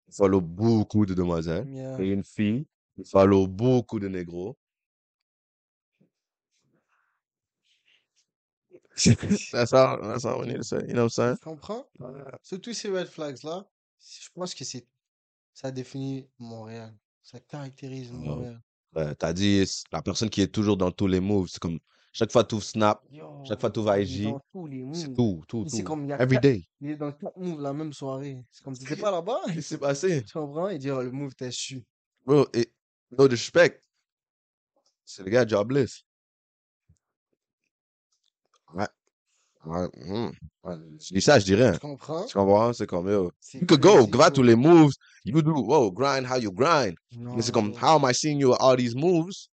Speaker 1: il follow beaucoup de demoiselles.
Speaker 2: Yeah.
Speaker 1: Et une fille, il follow beaucoup de négros. That's all, that's all we need to say. You know what I'm saying?
Speaker 2: Tu comprends? Sur tous ces red flags-là, c'est- je pense que c'est ça définit Montréal. Ça caractérise
Speaker 1: Ouais.
Speaker 2: Montréal.
Speaker 1: Euh, t'as dit, c'est la personne qui est toujours dans tous les moves, c'est comme, chaque fois tu snap, chaque fois tu vas
Speaker 2: Il est
Speaker 1: IG,
Speaker 2: dans tous les
Speaker 1: hmm. c'est
Speaker 2: moves.
Speaker 1: tout, tout,
Speaker 2: C'est
Speaker 1: tout.
Speaker 2: comme il y a
Speaker 1: Every
Speaker 2: quatre-
Speaker 1: day.
Speaker 2: Il est dans quatre moves la même soirée. C'est comme si t'étais pas là-bas.
Speaker 1: Qu'est-ce qui s'est passé?
Speaker 2: Tu comprends? Il dit, oh, le move, t'es su.
Speaker 1: Bro, et, no disrespect. C'est le gars jobless. Ouais. Ouais, hmm. Ouais, Je dis ça, je dis rien.
Speaker 2: Tu comprends?
Speaker 1: Tu comprends? C'est comme, yo.
Speaker 2: C'est
Speaker 1: You could go, go
Speaker 2: crazy,
Speaker 1: out
Speaker 2: bro.
Speaker 1: tous les moves. You do, whoa, grind how you grind. Mais c'est
Speaker 2: Non,
Speaker 1: comme,
Speaker 2: bro.
Speaker 1: how am I seeing you with all these moves?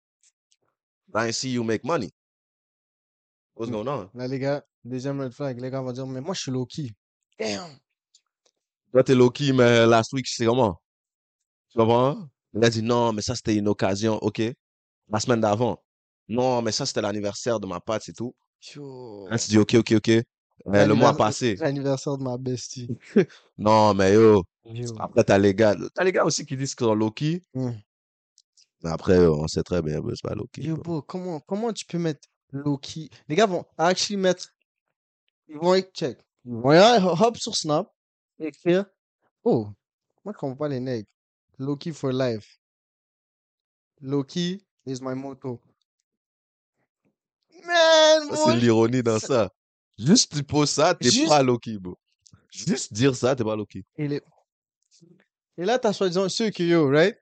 Speaker 1: I ain't see you make money. What's
Speaker 2: Mm.
Speaker 1: going on?
Speaker 2: Là, les gars, deuxième red flag. Les gars vont dire, mais moi, je suis low-key. Damn!
Speaker 1: Toi, t'es low-key, mais last week, c'est comment? Tu comprends? Il a dit, non, mais ça, c'était une occasion. OK. La semaine d'avant. Non, mais ça, c'était l'anniversaire de ma pote, c'est tout.
Speaker 2: Yo.
Speaker 1: Là, tu dis, OK, OK, OK. Euh, le mois
Speaker 2: L'annivers-
Speaker 1: passé.
Speaker 2: L'anniversaire de ma bestie.
Speaker 1: Non, mais yo.
Speaker 2: Yo.
Speaker 1: Après, t'as les gars. T'as les gars aussi qui disent qu'ils sont low-key.
Speaker 2: Mm.
Speaker 1: Mais après, euh, on sait très bien, bro, c'est pas low-key.
Speaker 2: Yo,
Speaker 1: bro.
Speaker 2: bro, comment, comment tu peux mettre Loki? Les gars vont actually mettre. Ils vont être check. Ils vont aller hop hop sur Snap, écrire. Oh, moi, je comprends pas les nègres. Loki for life. Loki is my motto. Man,
Speaker 1: Ça,
Speaker 2: moi,
Speaker 1: C'est l'ironie dans
Speaker 2: ça-
Speaker 1: ça. Juste tu poses ça, t'es
Speaker 2: Juste-
Speaker 1: pas low-key, bro. Juste dire ça, t'es pas low-key.
Speaker 2: Et, les- Et là, t'as soi-disant ceux qui yo, right?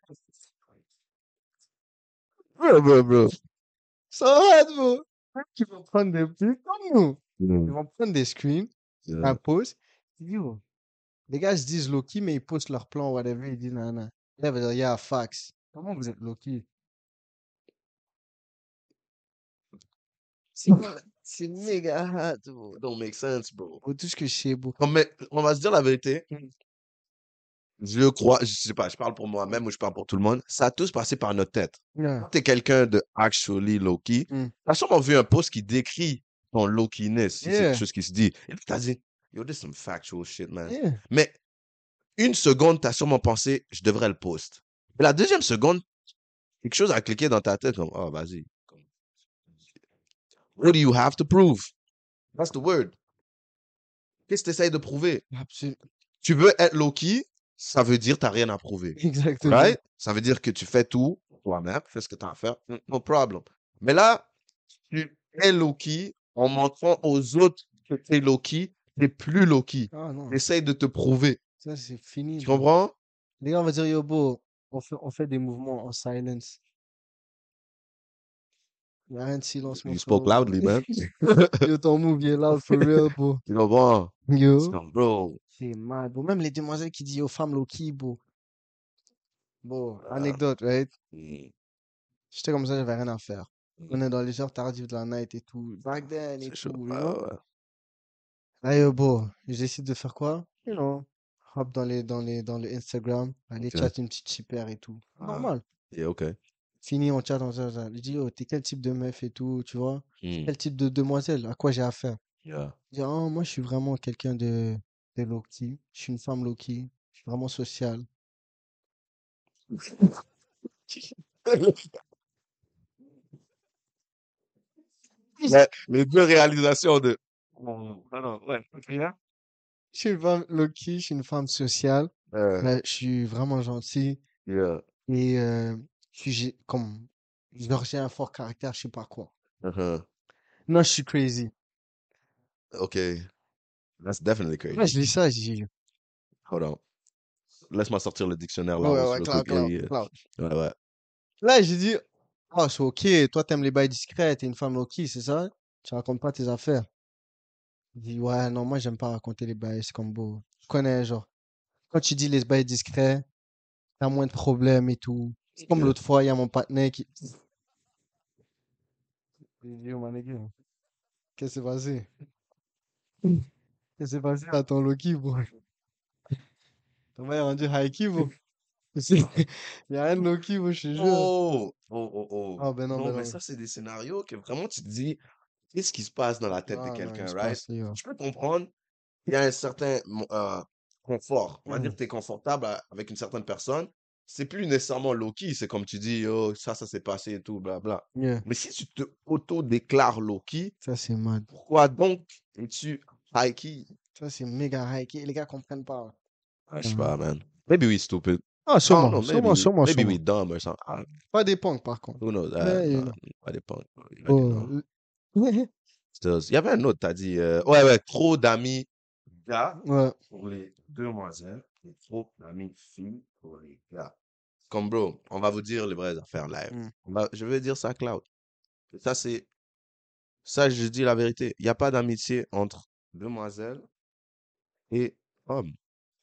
Speaker 1: Bro, bro, bro.
Speaker 2: Ça va, bro. Qui vont prendre des pics comme nous. Ils
Speaker 1: Mm.
Speaker 2: vont prendre des screens,
Speaker 1: Yeah.
Speaker 2: un pause. Yo. oh, Les gars se disent Loki, mais ils postent leur plan, whatever. Ils disent nanana. Là, il va dire, yeah, fax. Comment vous êtes Loki? C'est pas- c'est méga hard, bro.
Speaker 1: Don't make sense, bro.
Speaker 2: Bro, tout ce que je sais, bro.
Speaker 1: Non, mais on va se dire la vérité.
Speaker 2: Mm.
Speaker 1: Je crois, je sais pas, je parle pour moi-même ou je parle pour tout le monde. Ça a tous passé par notre tête.
Speaker 2: Yeah.
Speaker 1: Quand t'es quelqu'un de actually low-key,
Speaker 2: Mm.
Speaker 1: t'as sûrement vu un post qui décrit ton low-keyness, si c'est
Speaker 2: Yeah.
Speaker 1: quelque chose qui se dit. Et puis t'as dit, yo, this is some factual shit, man.
Speaker 2: Yeah.
Speaker 1: Mais une seconde, t'as sûrement pensé, je devrais le post. Mais la deuxième seconde, quelque chose a cliqué dans ta tête, comme, oh, vas-y. Comme, What do you have to prove? That's the word. Qu'est-ce que t'essayes de prouver?
Speaker 2: Absolument.
Speaker 1: Tu veux être low-key, ça veut dire t'as rien à prouver.
Speaker 2: Exactement.
Speaker 1: Right? Ça veut dire que tu fais tout toi-même, fais ce que tu as à faire, n- no problem. Mais là, tu es low-key en montrant aux autres que tu es low-key, tu plus low-key.
Speaker 2: Ah non,
Speaker 1: Essaye de te prouver.
Speaker 2: ça, c'est fini.
Speaker 1: Tu
Speaker 2: bro.
Speaker 1: comprends?
Speaker 2: Les gars, on va dire, yo, bro, on fait, on fait des mouvements en silence. Y'a rien de silence, mon
Speaker 1: You spoke
Speaker 2: frérot.
Speaker 1: loudly, man.
Speaker 2: Yo, ton move, il est loud for real, bro.
Speaker 1: Tu comprends? C'est
Speaker 2: Yo.
Speaker 1: comme, bro.
Speaker 2: C'est mal, bro. Même les demoiselles qui disent aux femmes Loki, bro. Bon,
Speaker 1: Ah.
Speaker 2: anecdote, right?
Speaker 1: Mm.
Speaker 2: J'étais comme ça, j'avais rien à faire. On
Speaker 1: Mm.
Speaker 2: est dans les heures tardives de la night et tout. Back then et
Speaker 1: C'est chaud. Ah
Speaker 2: tout, you
Speaker 1: Ouais,
Speaker 2: know?
Speaker 1: ouais.
Speaker 2: Là, yo, bro, je décide de faire quoi? You know, hop dans les, dans les, dans le Instagram, aller
Speaker 1: Ok.
Speaker 2: chat une petite chipper et tout.
Speaker 1: Ah.
Speaker 2: Normal.
Speaker 1: Yeah, ok.
Speaker 2: Fini, on chat, on chat, on chat. Je dis, oh, t'es quel type de meuf et tout, tu vois?
Speaker 1: Mm.
Speaker 2: Quel type de demoiselle? À quoi j'ai affaire?
Speaker 1: Yeah.
Speaker 2: Je dis, oh, moi, je suis vraiment quelqu'un de, de low-key. Je suis une femme low-key. Je suis vraiment sociale.
Speaker 1: Mais les deux réalisations de. Non, non, ouais. ok, hein.
Speaker 2: Je suis une femme low-key, je suis une femme sociale.
Speaker 1: Euh,
Speaker 2: Ouais, je suis vraiment gentil
Speaker 1: yeah.
Speaker 2: et euh, je suis gé- comme genre j'ai un fort caractère, je sais pas quoi.
Speaker 1: Uh-huh.
Speaker 2: Non, je suis crazy.
Speaker 1: Ok. That's definitely crazy.
Speaker 2: Ouais, je lis ça, j'ai.
Speaker 1: Hold on. Laisse-moi sortir le dictionnaire là.
Speaker 2: Ouais,
Speaker 1: sur
Speaker 2: ouais,
Speaker 1: le
Speaker 2: cloud,
Speaker 1: côté,
Speaker 2: cloud,
Speaker 1: euh,
Speaker 2: cloud.
Speaker 1: Ouais, ouais.
Speaker 2: Là, j'ai dit, oh, c'est ok, toi, t'aimes les bails discrets, t'es une femme low-key, c'est ça? Tu racontes pas tes affaires. Il dit, ouais, non, moi, j'aime pas raconter les bails, c'est comme beau. Je connais, genre, quand tu dis les bails discrets, t'as moins de problèmes et tout. C'est comme
Speaker 1: Yeah.
Speaker 2: l'autre fois, il y a mon partenaire qui. J'ai dit, oh, my nigga, qu'est-ce qui s'est passé? Qu'est-ce qui s'est passé à ton low-key, bro? Ton mec est rendu high-key, bro. Il y a un low-key, bro, je te jure.
Speaker 1: Oh, oh, oh, oh.
Speaker 2: Ah, ben non, ben
Speaker 1: mais
Speaker 2: non.
Speaker 1: ça, c'est des scénarios que vraiment tu te dis, qu'est-ce qui se passe dans la tête
Speaker 2: Ah,
Speaker 1: de
Speaker 2: non,
Speaker 1: quelqu'un,
Speaker 2: il se
Speaker 1: right?
Speaker 2: passe, yo.
Speaker 1: Je peux comprendre, il y a un certain mo- euh, confort. On va dire
Speaker 2: Mhm.
Speaker 1: que tu es confortable à- avec une certaine personne. C'est plus nécessairement low-key, c'est comme tu dis, oh, ça, ça s'est passé et tout, blabla.
Speaker 2: Yeah,
Speaker 1: Mais si tu te auto-déclares low-key,
Speaker 2: ça, c'est mad.
Speaker 1: pourquoi donc es-tu high-key?
Speaker 2: Ça, c'est méga high. Les gars comprennent pas.
Speaker 1: Ah, je sais
Speaker 2: Mhm.
Speaker 1: pas, man. Maybe we stupid. I
Speaker 2: Ah,
Speaker 1: don't
Speaker 2: sûrement,
Speaker 1: know,
Speaker 2: sûrement,
Speaker 1: maybe,
Speaker 2: sûrement,
Speaker 1: maybe
Speaker 2: sûrement.
Speaker 1: we dumb or something. Ah,
Speaker 2: Pas des punks, par contre.
Speaker 1: Who knows? Ah,
Speaker 2: Mais, you
Speaker 1: non,
Speaker 2: know.
Speaker 1: ça dépend. You already know.
Speaker 2: Oh, l-
Speaker 1: Stills. Il y avait un autre, t'as dit. euh, Ouais, ouais, trop d'amis gars
Speaker 2: Ouais,
Speaker 1: pour les demoiselles et trop d'amis filles pour les gars. Comme bro, on va vous dire les vraies affaires live.
Speaker 2: Mm.
Speaker 1: On va- je vais dire ça, Cloud. Ça, c'est. Ça, je dis la vérité. Il n'y a pas d'amitié entre demoiselles et hommes.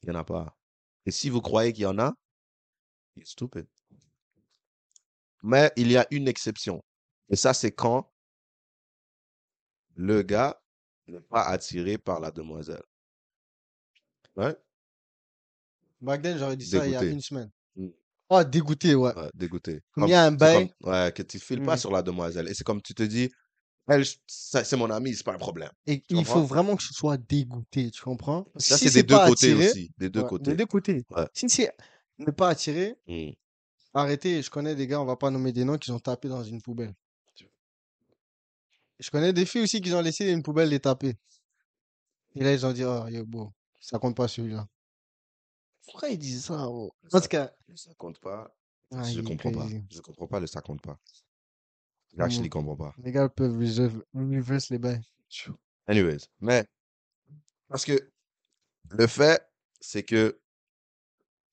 Speaker 1: Il n'y en a pas. Et si vous croyez qu'il y en a, it's stupid. Mais il y a une exception. Et ça, c'est quand le gars n'est pas attiré par la demoiselle. Ouais?
Speaker 2: back then, j'aurais dit ça il y a
Speaker 1: Dégoûté.
Speaker 2: une semaine.
Speaker 1: Mm. Bah,
Speaker 2: Oh, dégoûté, ouais.
Speaker 1: Ouais, dégoûté.
Speaker 2: Comme
Speaker 1: Comme-
Speaker 2: il y a
Speaker 1: c'est
Speaker 2: un
Speaker 1: comme-
Speaker 2: bail.
Speaker 1: ouais, que tu files pas
Speaker 2: Mm.
Speaker 1: sur la demoiselle. Et c'est comme tu te dis, elle, je- ça, c'est mon ami, c'est pas un problème.
Speaker 2: Et
Speaker 1: Tu
Speaker 2: il
Speaker 1: comprends?
Speaker 2: faut vraiment que tu sois dégoûté, tu comprends? Parce que
Speaker 1: Ça,
Speaker 2: si
Speaker 1: c'est des deux
Speaker 2: pas
Speaker 1: côtés
Speaker 2: attiré-
Speaker 1: aussi. Des deux
Speaker 2: Ouais,
Speaker 1: côtés.
Speaker 2: Des deux côtés.
Speaker 1: Ouais.
Speaker 2: Si c'est ne pas attiré,
Speaker 1: Mm.
Speaker 2: arrêtez. Je connais des gars, on va pas nommer des noms, qui ont tapé dans une poubelle. Je connais des filles aussi qui ont laissé une poubelle les taper. Et là, ils ont dit, oh, yo, bon, ça compte pas celui-là. Pourquoi ils disent ça, bro? En tout cas,
Speaker 1: Ça compte pas.
Speaker 2: ah,
Speaker 1: Je
Speaker 2: il est
Speaker 1: comprends pas.
Speaker 2: crazy.
Speaker 1: Je comprends pas le ça compte pas.
Speaker 2: Mm.
Speaker 1: Actually, je comprends pas.
Speaker 2: Les gars peuvent reserve- reverse les bails.
Speaker 1: Anyways, mais parce que le fait, c'est que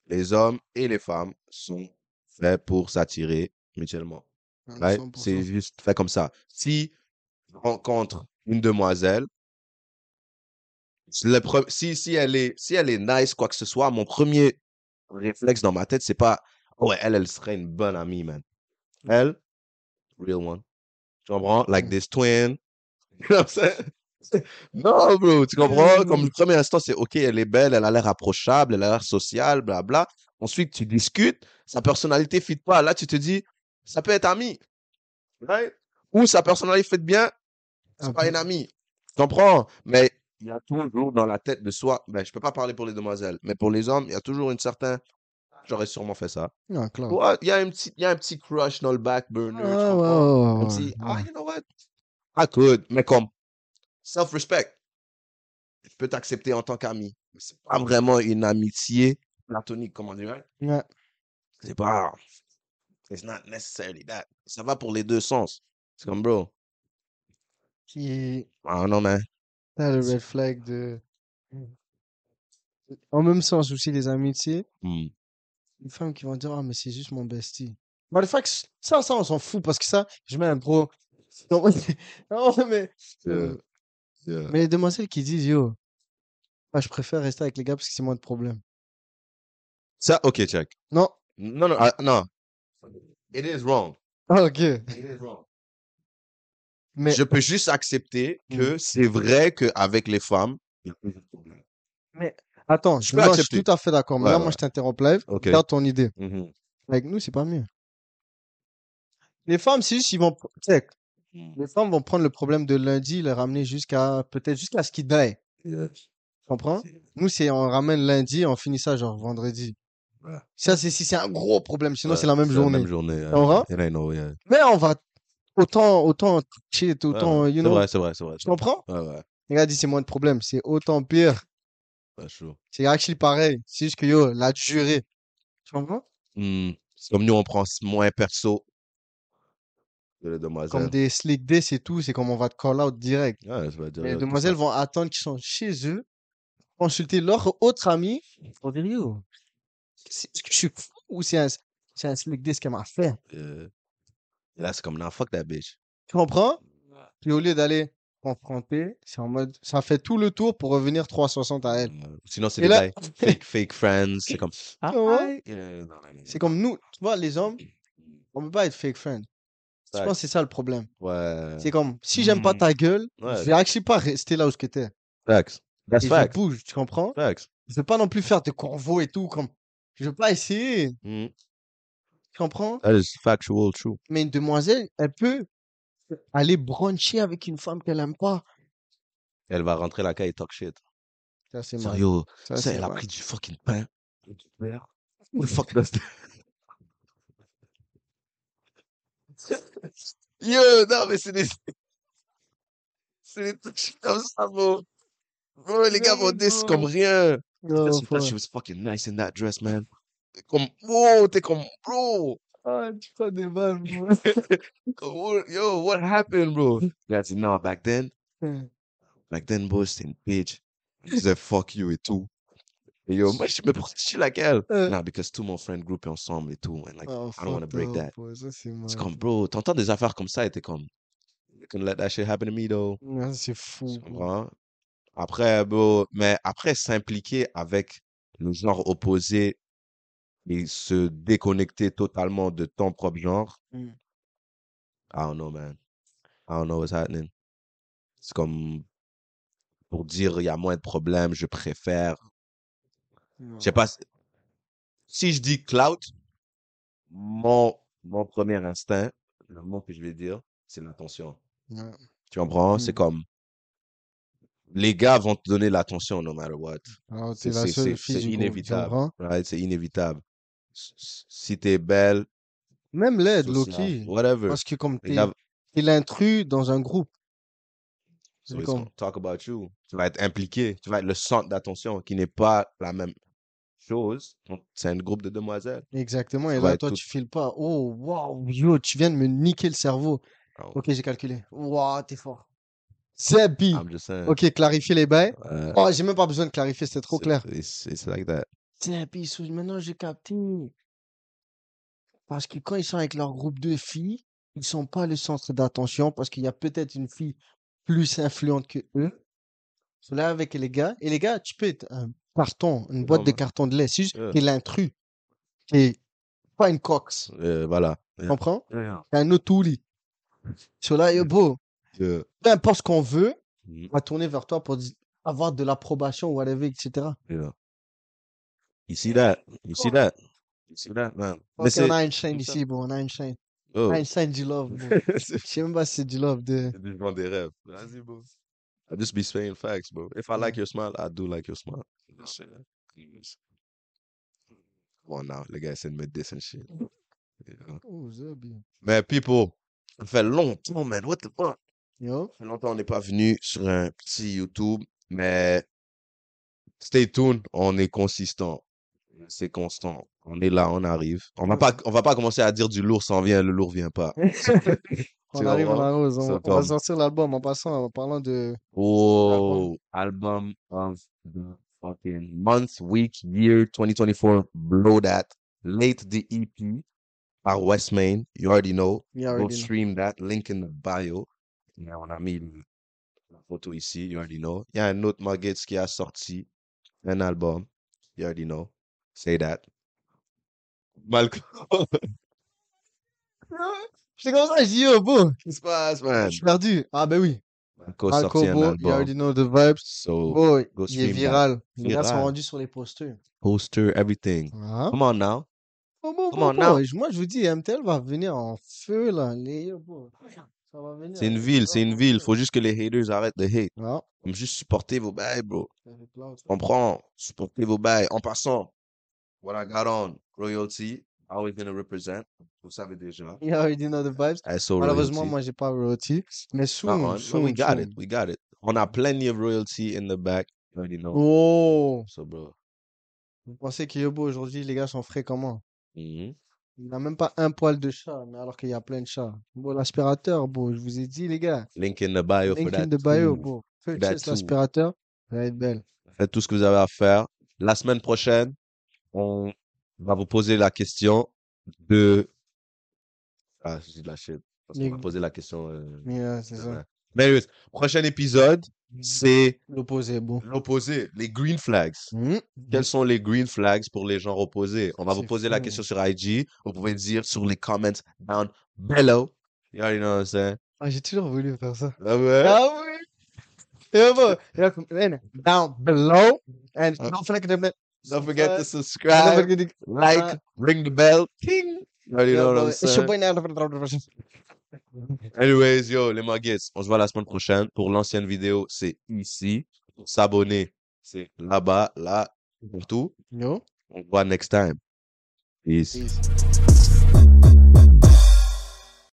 Speaker 1: les hommes et les femmes sont faits pour s'attirer mutuellement.
Speaker 2: hein,
Speaker 1: Right? C'est
Speaker 2: 100%.
Speaker 1: juste fait comme ça. Si je rencontre une demoiselle, c'est le pre- si, si, elle est, si elle est nice, quoi que ce soit, mon premier réflexe dans ma tête, c'est pas Oh, ouais, elle, elle serait une bonne amie, man. Elle, real one. Tu comprends? Like
Speaker 2: Mm.
Speaker 1: this twin. You know what I'm saying? non, bro, tu comprends? Comme
Speaker 2: Mm.
Speaker 1: le premier instant, c'est OK, elle est belle, elle a l'air approchable, elle a l'air sociale, blabla. Ensuite, tu discutes, sa personnalité fit pas. Là, tu te dis, ça peut être ami. Right? Ou sa personnalité fit bien,
Speaker 2: Ah
Speaker 1: c'est pas
Speaker 2: bon?
Speaker 1: une amie. Tu comprends? Mais il y a toujours dans la tête de soi, ben, je peux pas parler pour les demoiselles, mais pour les hommes, il y a toujours une certaine. J'aurais sûrement fait ça.
Speaker 2: Non, clair.
Speaker 1: Ouais, Il y a un petit, il y a un petit crush dans le back burner.
Speaker 2: Ouais,
Speaker 1: tu
Speaker 2: Oh, ah, ouais,
Speaker 1: comprends?
Speaker 2: ouais,
Speaker 1: Un
Speaker 2: ouais,
Speaker 1: petit, ah,
Speaker 2: ouais.
Speaker 1: you know what? I could, mais comme self-respect. Je peux t'accepter en tant qu'ami. Mais c'est pas vraiment une amitié platonique, comment dire.
Speaker 2: Ouais.
Speaker 1: C'est pas. It's not necessarily that. Ça va pour les deux sens. C'est comme, bro.
Speaker 2: Qui
Speaker 1: Ah non, man.
Speaker 2: t'as le red flag de. En même sens aussi, les amitiés,
Speaker 1: Hmm.
Speaker 2: les femmes qui vont dire, ah, mais c'est juste mon bestie. Bah, le fact, ça, ça, on s'en fout parce que ça, je mets un gros. Non, non, mais.
Speaker 1: Yeah,
Speaker 2: euh,
Speaker 1: yeah.
Speaker 2: Mais les demoiselles qui disent, yo, ah, je préfère rester avec les gars parce que c'est moins de problème.
Speaker 1: Ça, ok, check.
Speaker 2: Non.
Speaker 1: Non, non, ah, non. It is wrong.
Speaker 2: Ah, ok.
Speaker 1: It is wrong.
Speaker 2: Mais.
Speaker 1: Je peux juste accepter
Speaker 2: Mm.
Speaker 1: que c'est vrai qu'avec les femmes, il y a plus de problèmes.
Speaker 2: Mais attends,
Speaker 1: Je
Speaker 2: je,
Speaker 1: peux
Speaker 2: non, je suis
Speaker 1: accepter.
Speaker 2: tout à fait d'accord. Mais
Speaker 1: Ouais,
Speaker 2: là,
Speaker 1: ouais.
Speaker 2: moi, je t'interromps live.
Speaker 1: Ok.
Speaker 2: Garde ton idée.
Speaker 1: Mhm.
Speaker 2: Avec nous, c'est pas mieux. Les femmes, c'est juste, ils vont, tu sais, les femmes vont prendre le problème de lundi, le ramener jusqu'à, peut-être jusqu'à ce qu'il die. Tu comprends? Nous, c'est, on ramène lundi, on finit ça genre vendredi.
Speaker 1: Ouais.
Speaker 2: Ça, c'est si c'est un gros problème. Sinon,
Speaker 1: Ouais,
Speaker 2: c'est la même journée.
Speaker 1: La même journée. euh, ouais.
Speaker 2: comprends?
Speaker 1: It ain't no, yeah.
Speaker 2: Mais on va autant, autant shit,
Speaker 1: Ouais,
Speaker 2: autant,
Speaker 1: ouais.
Speaker 2: you
Speaker 1: C'est
Speaker 2: know.
Speaker 1: vrai, c'est vrai, c'est vrai.
Speaker 2: Tu comprends?
Speaker 1: Ouais, ouais.
Speaker 2: Les gars disent c'est moins de problème. C'est autant pire.
Speaker 1: Pas chaud.
Speaker 2: C'est actually pareil. C'est juste que yo, la durée. Tu comprends?
Speaker 1: Hmm. C'est Comme nous, on prend moins perso que les
Speaker 2: Comme
Speaker 1: demoiselles.
Speaker 2: des slick days, c'est tout. C'est comme on va te call out direct.
Speaker 1: Ouais, c'est vrai,
Speaker 2: Mais les
Speaker 1: direct, tout
Speaker 2: demoiselles
Speaker 1: ça.
Speaker 2: vont attendre qu'ils sont chez eux consulter leur autre ami pour dire yo, c'est- est-ce que je suis fou ou c'est un, c'est un slick disc qui m'a fait
Speaker 1: Euh, et là, c'est comme, non, fuck that bitch.
Speaker 2: Tu comprends Puis au lieu d'aller confronter, c'est en mode ça fait tout le tour pour revenir 360 à elle.
Speaker 1: Euh, Sinon, c'est
Speaker 2: Et
Speaker 1: des
Speaker 2: là-
Speaker 1: guys, fake, fake friends. C'est comme, ah,
Speaker 2: ouais.
Speaker 1: hi. Euh, non, non, non.
Speaker 2: C'est comme nous, tu vois, les hommes, on peut pas être fake friend. Je
Speaker 1: Tac.
Speaker 2: pense que c'est ça le problème.
Speaker 1: Ouais. Mm.
Speaker 2: C'est comme si j'aime pas ta gueule,
Speaker 1: Ouais.
Speaker 2: je vais actually pas rester là où ce que t'es.
Speaker 1: Facts. That's
Speaker 2: Et je
Speaker 1: facts.
Speaker 2: bouge, tu comprends
Speaker 1: Facts.
Speaker 2: Je veux pas non plus faire de corvaux et tout comme je veux pas essayer,
Speaker 1: Mm.
Speaker 2: tu comprends
Speaker 1: That is factual, true.
Speaker 2: mais une demoiselle, elle peut aller broncher avec une femme qu'elle aime pas.
Speaker 1: Elle va rentrer la caille et talk shit.
Speaker 2: Ça, c'est mal.
Speaker 1: Sérieux,
Speaker 2: Ça,
Speaker 1: ça,
Speaker 2: Ah, c'est
Speaker 1: elle a
Speaker 2: mal.
Speaker 1: pris du fucking pain. Du verre. Who the fuck does that? Yo, non, mais c'est des. C'est des trucs comme ça, bro. Bro, les gars vont
Speaker 2: Very
Speaker 1: dire c'est
Speaker 2: good.
Speaker 1: comme rien.
Speaker 2: Oh,
Speaker 1: Just because
Speaker 2: fuck.
Speaker 1: she was fucking nice in that dress, man. T'es comme, whoa, t'es comme, bro. Comme, wha- Yo, what happened, bro?
Speaker 2: Hmm.
Speaker 1: That's it. Nah, back then, back then, bro, c'était une bitch. Je disais fuck you et tout. Et yo, moi, je dis, mais pourquoi je suis laquelle?
Speaker 2: Euh.
Speaker 1: Nah, because tout mon friend group est ensemble et tout. And like,
Speaker 2: Oh,
Speaker 1: I don't wanna
Speaker 2: fuck
Speaker 1: break
Speaker 2: up,
Speaker 1: that.
Speaker 2: ouais, ça, c'est
Speaker 1: C'est
Speaker 2: mal.
Speaker 1: comme, bro, t'entends des affaires comme ça et t'es comme, you can let that shit happen to me, though.
Speaker 2: Ouais, C'est
Speaker 1: Tu
Speaker 2: fou. bro.
Speaker 1: comprends? Après, bro, mais après s'impliquer avec le genre opposé et se déconnecter totalement de ton propre genre,
Speaker 2: Mm.
Speaker 1: I don't know, man. I don't know what's happening. C'est comme pour dire il y a moins de problèmes, je préfère. Je sais pas. si- Si je dis clout, mon, mon premier instinct, le mot que je vais dire, c'est l'attention.
Speaker 2: Ouais.
Speaker 1: Tu comprends? C'est
Speaker 2: Mm.
Speaker 1: comme les gars vont te donner l'attention no matter what.
Speaker 2: Alors,
Speaker 1: C'est-
Speaker 2: Ah, t'es la
Speaker 1: c'est-
Speaker 2: seule
Speaker 1: c'est-
Speaker 2: fille
Speaker 1: c'est
Speaker 2: du groupe, tu
Speaker 1: inévitable.
Speaker 2: comprends
Speaker 1: Right? C'est inévitable. S- s- Si t'es belle,
Speaker 2: Même l'aide,
Speaker 1: sociable,
Speaker 2: Loki.
Speaker 1: whatever.
Speaker 2: Parce que comme
Speaker 1: Les
Speaker 2: t'es
Speaker 1: gars,
Speaker 2: t'es l'intrus dans un groupe.
Speaker 1: so
Speaker 2: C'est
Speaker 1: it's
Speaker 2: comme-
Speaker 1: gonna talk about you. Tu vas être impliqué. Tu vas être le centre d'attention qui n'est pas la même chose. Donc, C'est un groupe de demoiselles.
Speaker 2: Exactement.
Speaker 1: ça
Speaker 2: Et
Speaker 1: va
Speaker 2: là,
Speaker 1: être
Speaker 2: toi,
Speaker 1: tout-
Speaker 2: tu files pas. Oh, wow, yo, tu viens de me niquer le cerveau.
Speaker 1: Ah ouais. Ah
Speaker 2: Ok, j'ai calculé. Wow, t'es fort. Zabi.
Speaker 1: I'm just saying.
Speaker 2: Ok, clarifier les bails.
Speaker 1: Euh,
Speaker 2: Oh, j'ai même pas besoin de clarifier, c'était trop
Speaker 1: c'est-
Speaker 2: clair.
Speaker 1: It's, it's like that.
Speaker 2: Tiens, puis ils sont- maintenant j'ai capté. Parce que quand ils sont avec leur groupe de filles, ils sont pas le centre d'attention parce qu'il y a peut-être une fille plus influente que eux. Ils sont là avec les gars. Et les gars, tu peux être un carton, une
Speaker 1: C'est
Speaker 2: boîte de
Speaker 1: normal.
Speaker 2: carton de lait. C'est juste
Speaker 1: Yeah.
Speaker 2: t'es l'intrus. Et pas une cox.
Speaker 1: Euh, voilà.
Speaker 2: Tu
Speaker 1: Yeah.
Speaker 2: comprends? T'es un autouli. So là, yo, bro,
Speaker 1: Yeah.
Speaker 2: peu importe ce qu'on veut,
Speaker 1: Mhm.
Speaker 2: on va tourner vers toi pour dis- avoir de l'approbation, whatever, etc.
Speaker 1: Yeah. You see that? You see that? You see that, man? Mais
Speaker 2: Ok,
Speaker 1: c'est.
Speaker 2: on a une chaîne
Speaker 1: comme ça.
Speaker 2: ici, bro, on a une chaîne.
Speaker 1: Oh.
Speaker 2: Einstein Ah, du love. bro.
Speaker 1: C'est
Speaker 2: Je sais même pas si c'est du love de.
Speaker 1: du vent des rêves. Vas-y, bro. Mm. I just be saying facts, bro. If I like your smile, I do like your smile. That's it. Come on now. Le gars essaie de me diss and shit. Yeah.
Speaker 2: Oh, Zabi.
Speaker 1: Mais people, ça fait longtemps, man. What the fuck?
Speaker 2: Yo.
Speaker 1: Ça fait longtemps qu'on n'est pas venu sur un petit YouTube, mais stay tuned, on est consistant. C'est constant. On est là, on arrive. On va pas, on va pas commencer à dire du lourd s'en vient, le lourd vient pas.
Speaker 2: On
Speaker 1: C'est
Speaker 2: arrive, on
Speaker 1: vraiment-
Speaker 2: arrose.
Speaker 1: c'est
Speaker 2: On, on va
Speaker 1: comme-
Speaker 2: sortir l'album en passant, en parlant de.
Speaker 1: Oh, album of the fucking month, week, year 2024. Blow that. Late the EP par West Main. You already know.
Speaker 2: You
Speaker 1: Go
Speaker 2: already know.
Speaker 1: stream that. Link in the bio. Et on a mis le- la photo ici. You already know. Il y a un autre Muggets qui a sorti un album. You already know. Say that. Malcolm,
Speaker 2: Ah, J'étais comme ça, je dis, yo, bon,
Speaker 1: qu'est-ce qui se passe,
Speaker 2: je
Speaker 1: man?
Speaker 2: suis perdu. Ah, ben oui.
Speaker 1: Malco a sorti un
Speaker 2: Alcobo, you
Speaker 1: album.
Speaker 2: already know the vibes.
Speaker 1: So,
Speaker 2: Oh,
Speaker 1: go
Speaker 2: il est
Speaker 1: stream that.
Speaker 2: viral. Les gars sont
Speaker 1: Viral.
Speaker 2: rendus sur les posters.
Speaker 1: poster, everything.
Speaker 2: Hein?
Speaker 1: Come on now.
Speaker 2: Bon, bon,
Speaker 1: Come on
Speaker 2: bon, bon.
Speaker 1: now.
Speaker 2: Je- Moi, je vous dis, MTL va venir en feu, là. Les, yo, bon. Ça va venir.
Speaker 1: C'est une
Speaker 2: les
Speaker 1: ville,
Speaker 2: gars
Speaker 1: c'est une
Speaker 2: vont
Speaker 1: ville.
Speaker 2: venir.
Speaker 1: Faut juste que les haters arrêtent de hate.
Speaker 2: Ah,
Speaker 1: Comme juste supporter vos bails, bro.
Speaker 2: ça fait plein, ça.
Speaker 1: Comprends? Supporter vos bails. En passant, what I got on, royalty, always gonna represent. Vous savez déjà.
Speaker 2: You already know the vibes.
Speaker 1: SO
Speaker 2: Malheureusement,
Speaker 1: royalty.
Speaker 2: moi, j'ai pas royalty. Mais
Speaker 1: Not on,
Speaker 2: soon,
Speaker 1: Ah, but we
Speaker 2: soon,
Speaker 1: got it.
Speaker 2: soon.
Speaker 1: We got it. On a plenty of royalty in the back. You already know.
Speaker 2: Oh!
Speaker 1: So, bro.
Speaker 2: Vous pensez que Yobo aujourd'hui, les gars sont frais comment?
Speaker 1: Mhm.
Speaker 2: Il n'a même pas un poil de chat, mais alors qu'il y a plein de chats. Bon, l'aspirateur, bon, je vous ai dit, les gars.
Speaker 1: Link in the bio for
Speaker 2: Link
Speaker 1: that.
Speaker 2: in the bio,
Speaker 1: too.
Speaker 2: bon.
Speaker 1: that
Speaker 2: Purchase
Speaker 1: too.
Speaker 2: l'aspirateur. Ça va être belle.
Speaker 1: Faites tout ce que vous avez à faire. La semaine prochaine, on va vous poser la question de. Ah, je dis de la shit. Parce qu'on
Speaker 2: Les-
Speaker 1: va poser la question. euh,
Speaker 2: Mais euh, c'est ça. Mm.
Speaker 1: ouais. Mais anyways, prochain épisode, c'est
Speaker 2: L'opposé est beau.
Speaker 1: l'opposé, les green flags.
Speaker 2: Hmm.
Speaker 1: Quels sont les green flags pour les gens reposés? On va vous
Speaker 2: C'est
Speaker 1: poser la
Speaker 2: fou.
Speaker 1: question sur IG. Vous pouvez le dire sur les comments down below. You already know what I'm saying.
Speaker 2: Ah, j'ai toujours voulu faire ça.
Speaker 1: Ah ouais?
Speaker 2: Ah oui! C'est bon. Et là, comme- and Down below. And
Speaker 1: Ah.
Speaker 2: don't forget to
Speaker 1: Don't forget to
Speaker 2: Don't
Speaker 1: subscribe,
Speaker 2: forget to-
Speaker 1: like, ring the bell. Ting! You already know
Speaker 2: Yeah,
Speaker 1: what I'm
Speaker 2: boy. It's your
Speaker 1: saying.
Speaker 2: boy, Nando.
Speaker 1: Anyways, yo, les Muggets, on se voit la semaine prochaine. Pour l'ancienne vidéo, c'est ici. Pour s'abonner, c'est là-bas, là, partout.
Speaker 2: Yo.
Speaker 1: On se voit next time. Peace.
Speaker 2: Peace.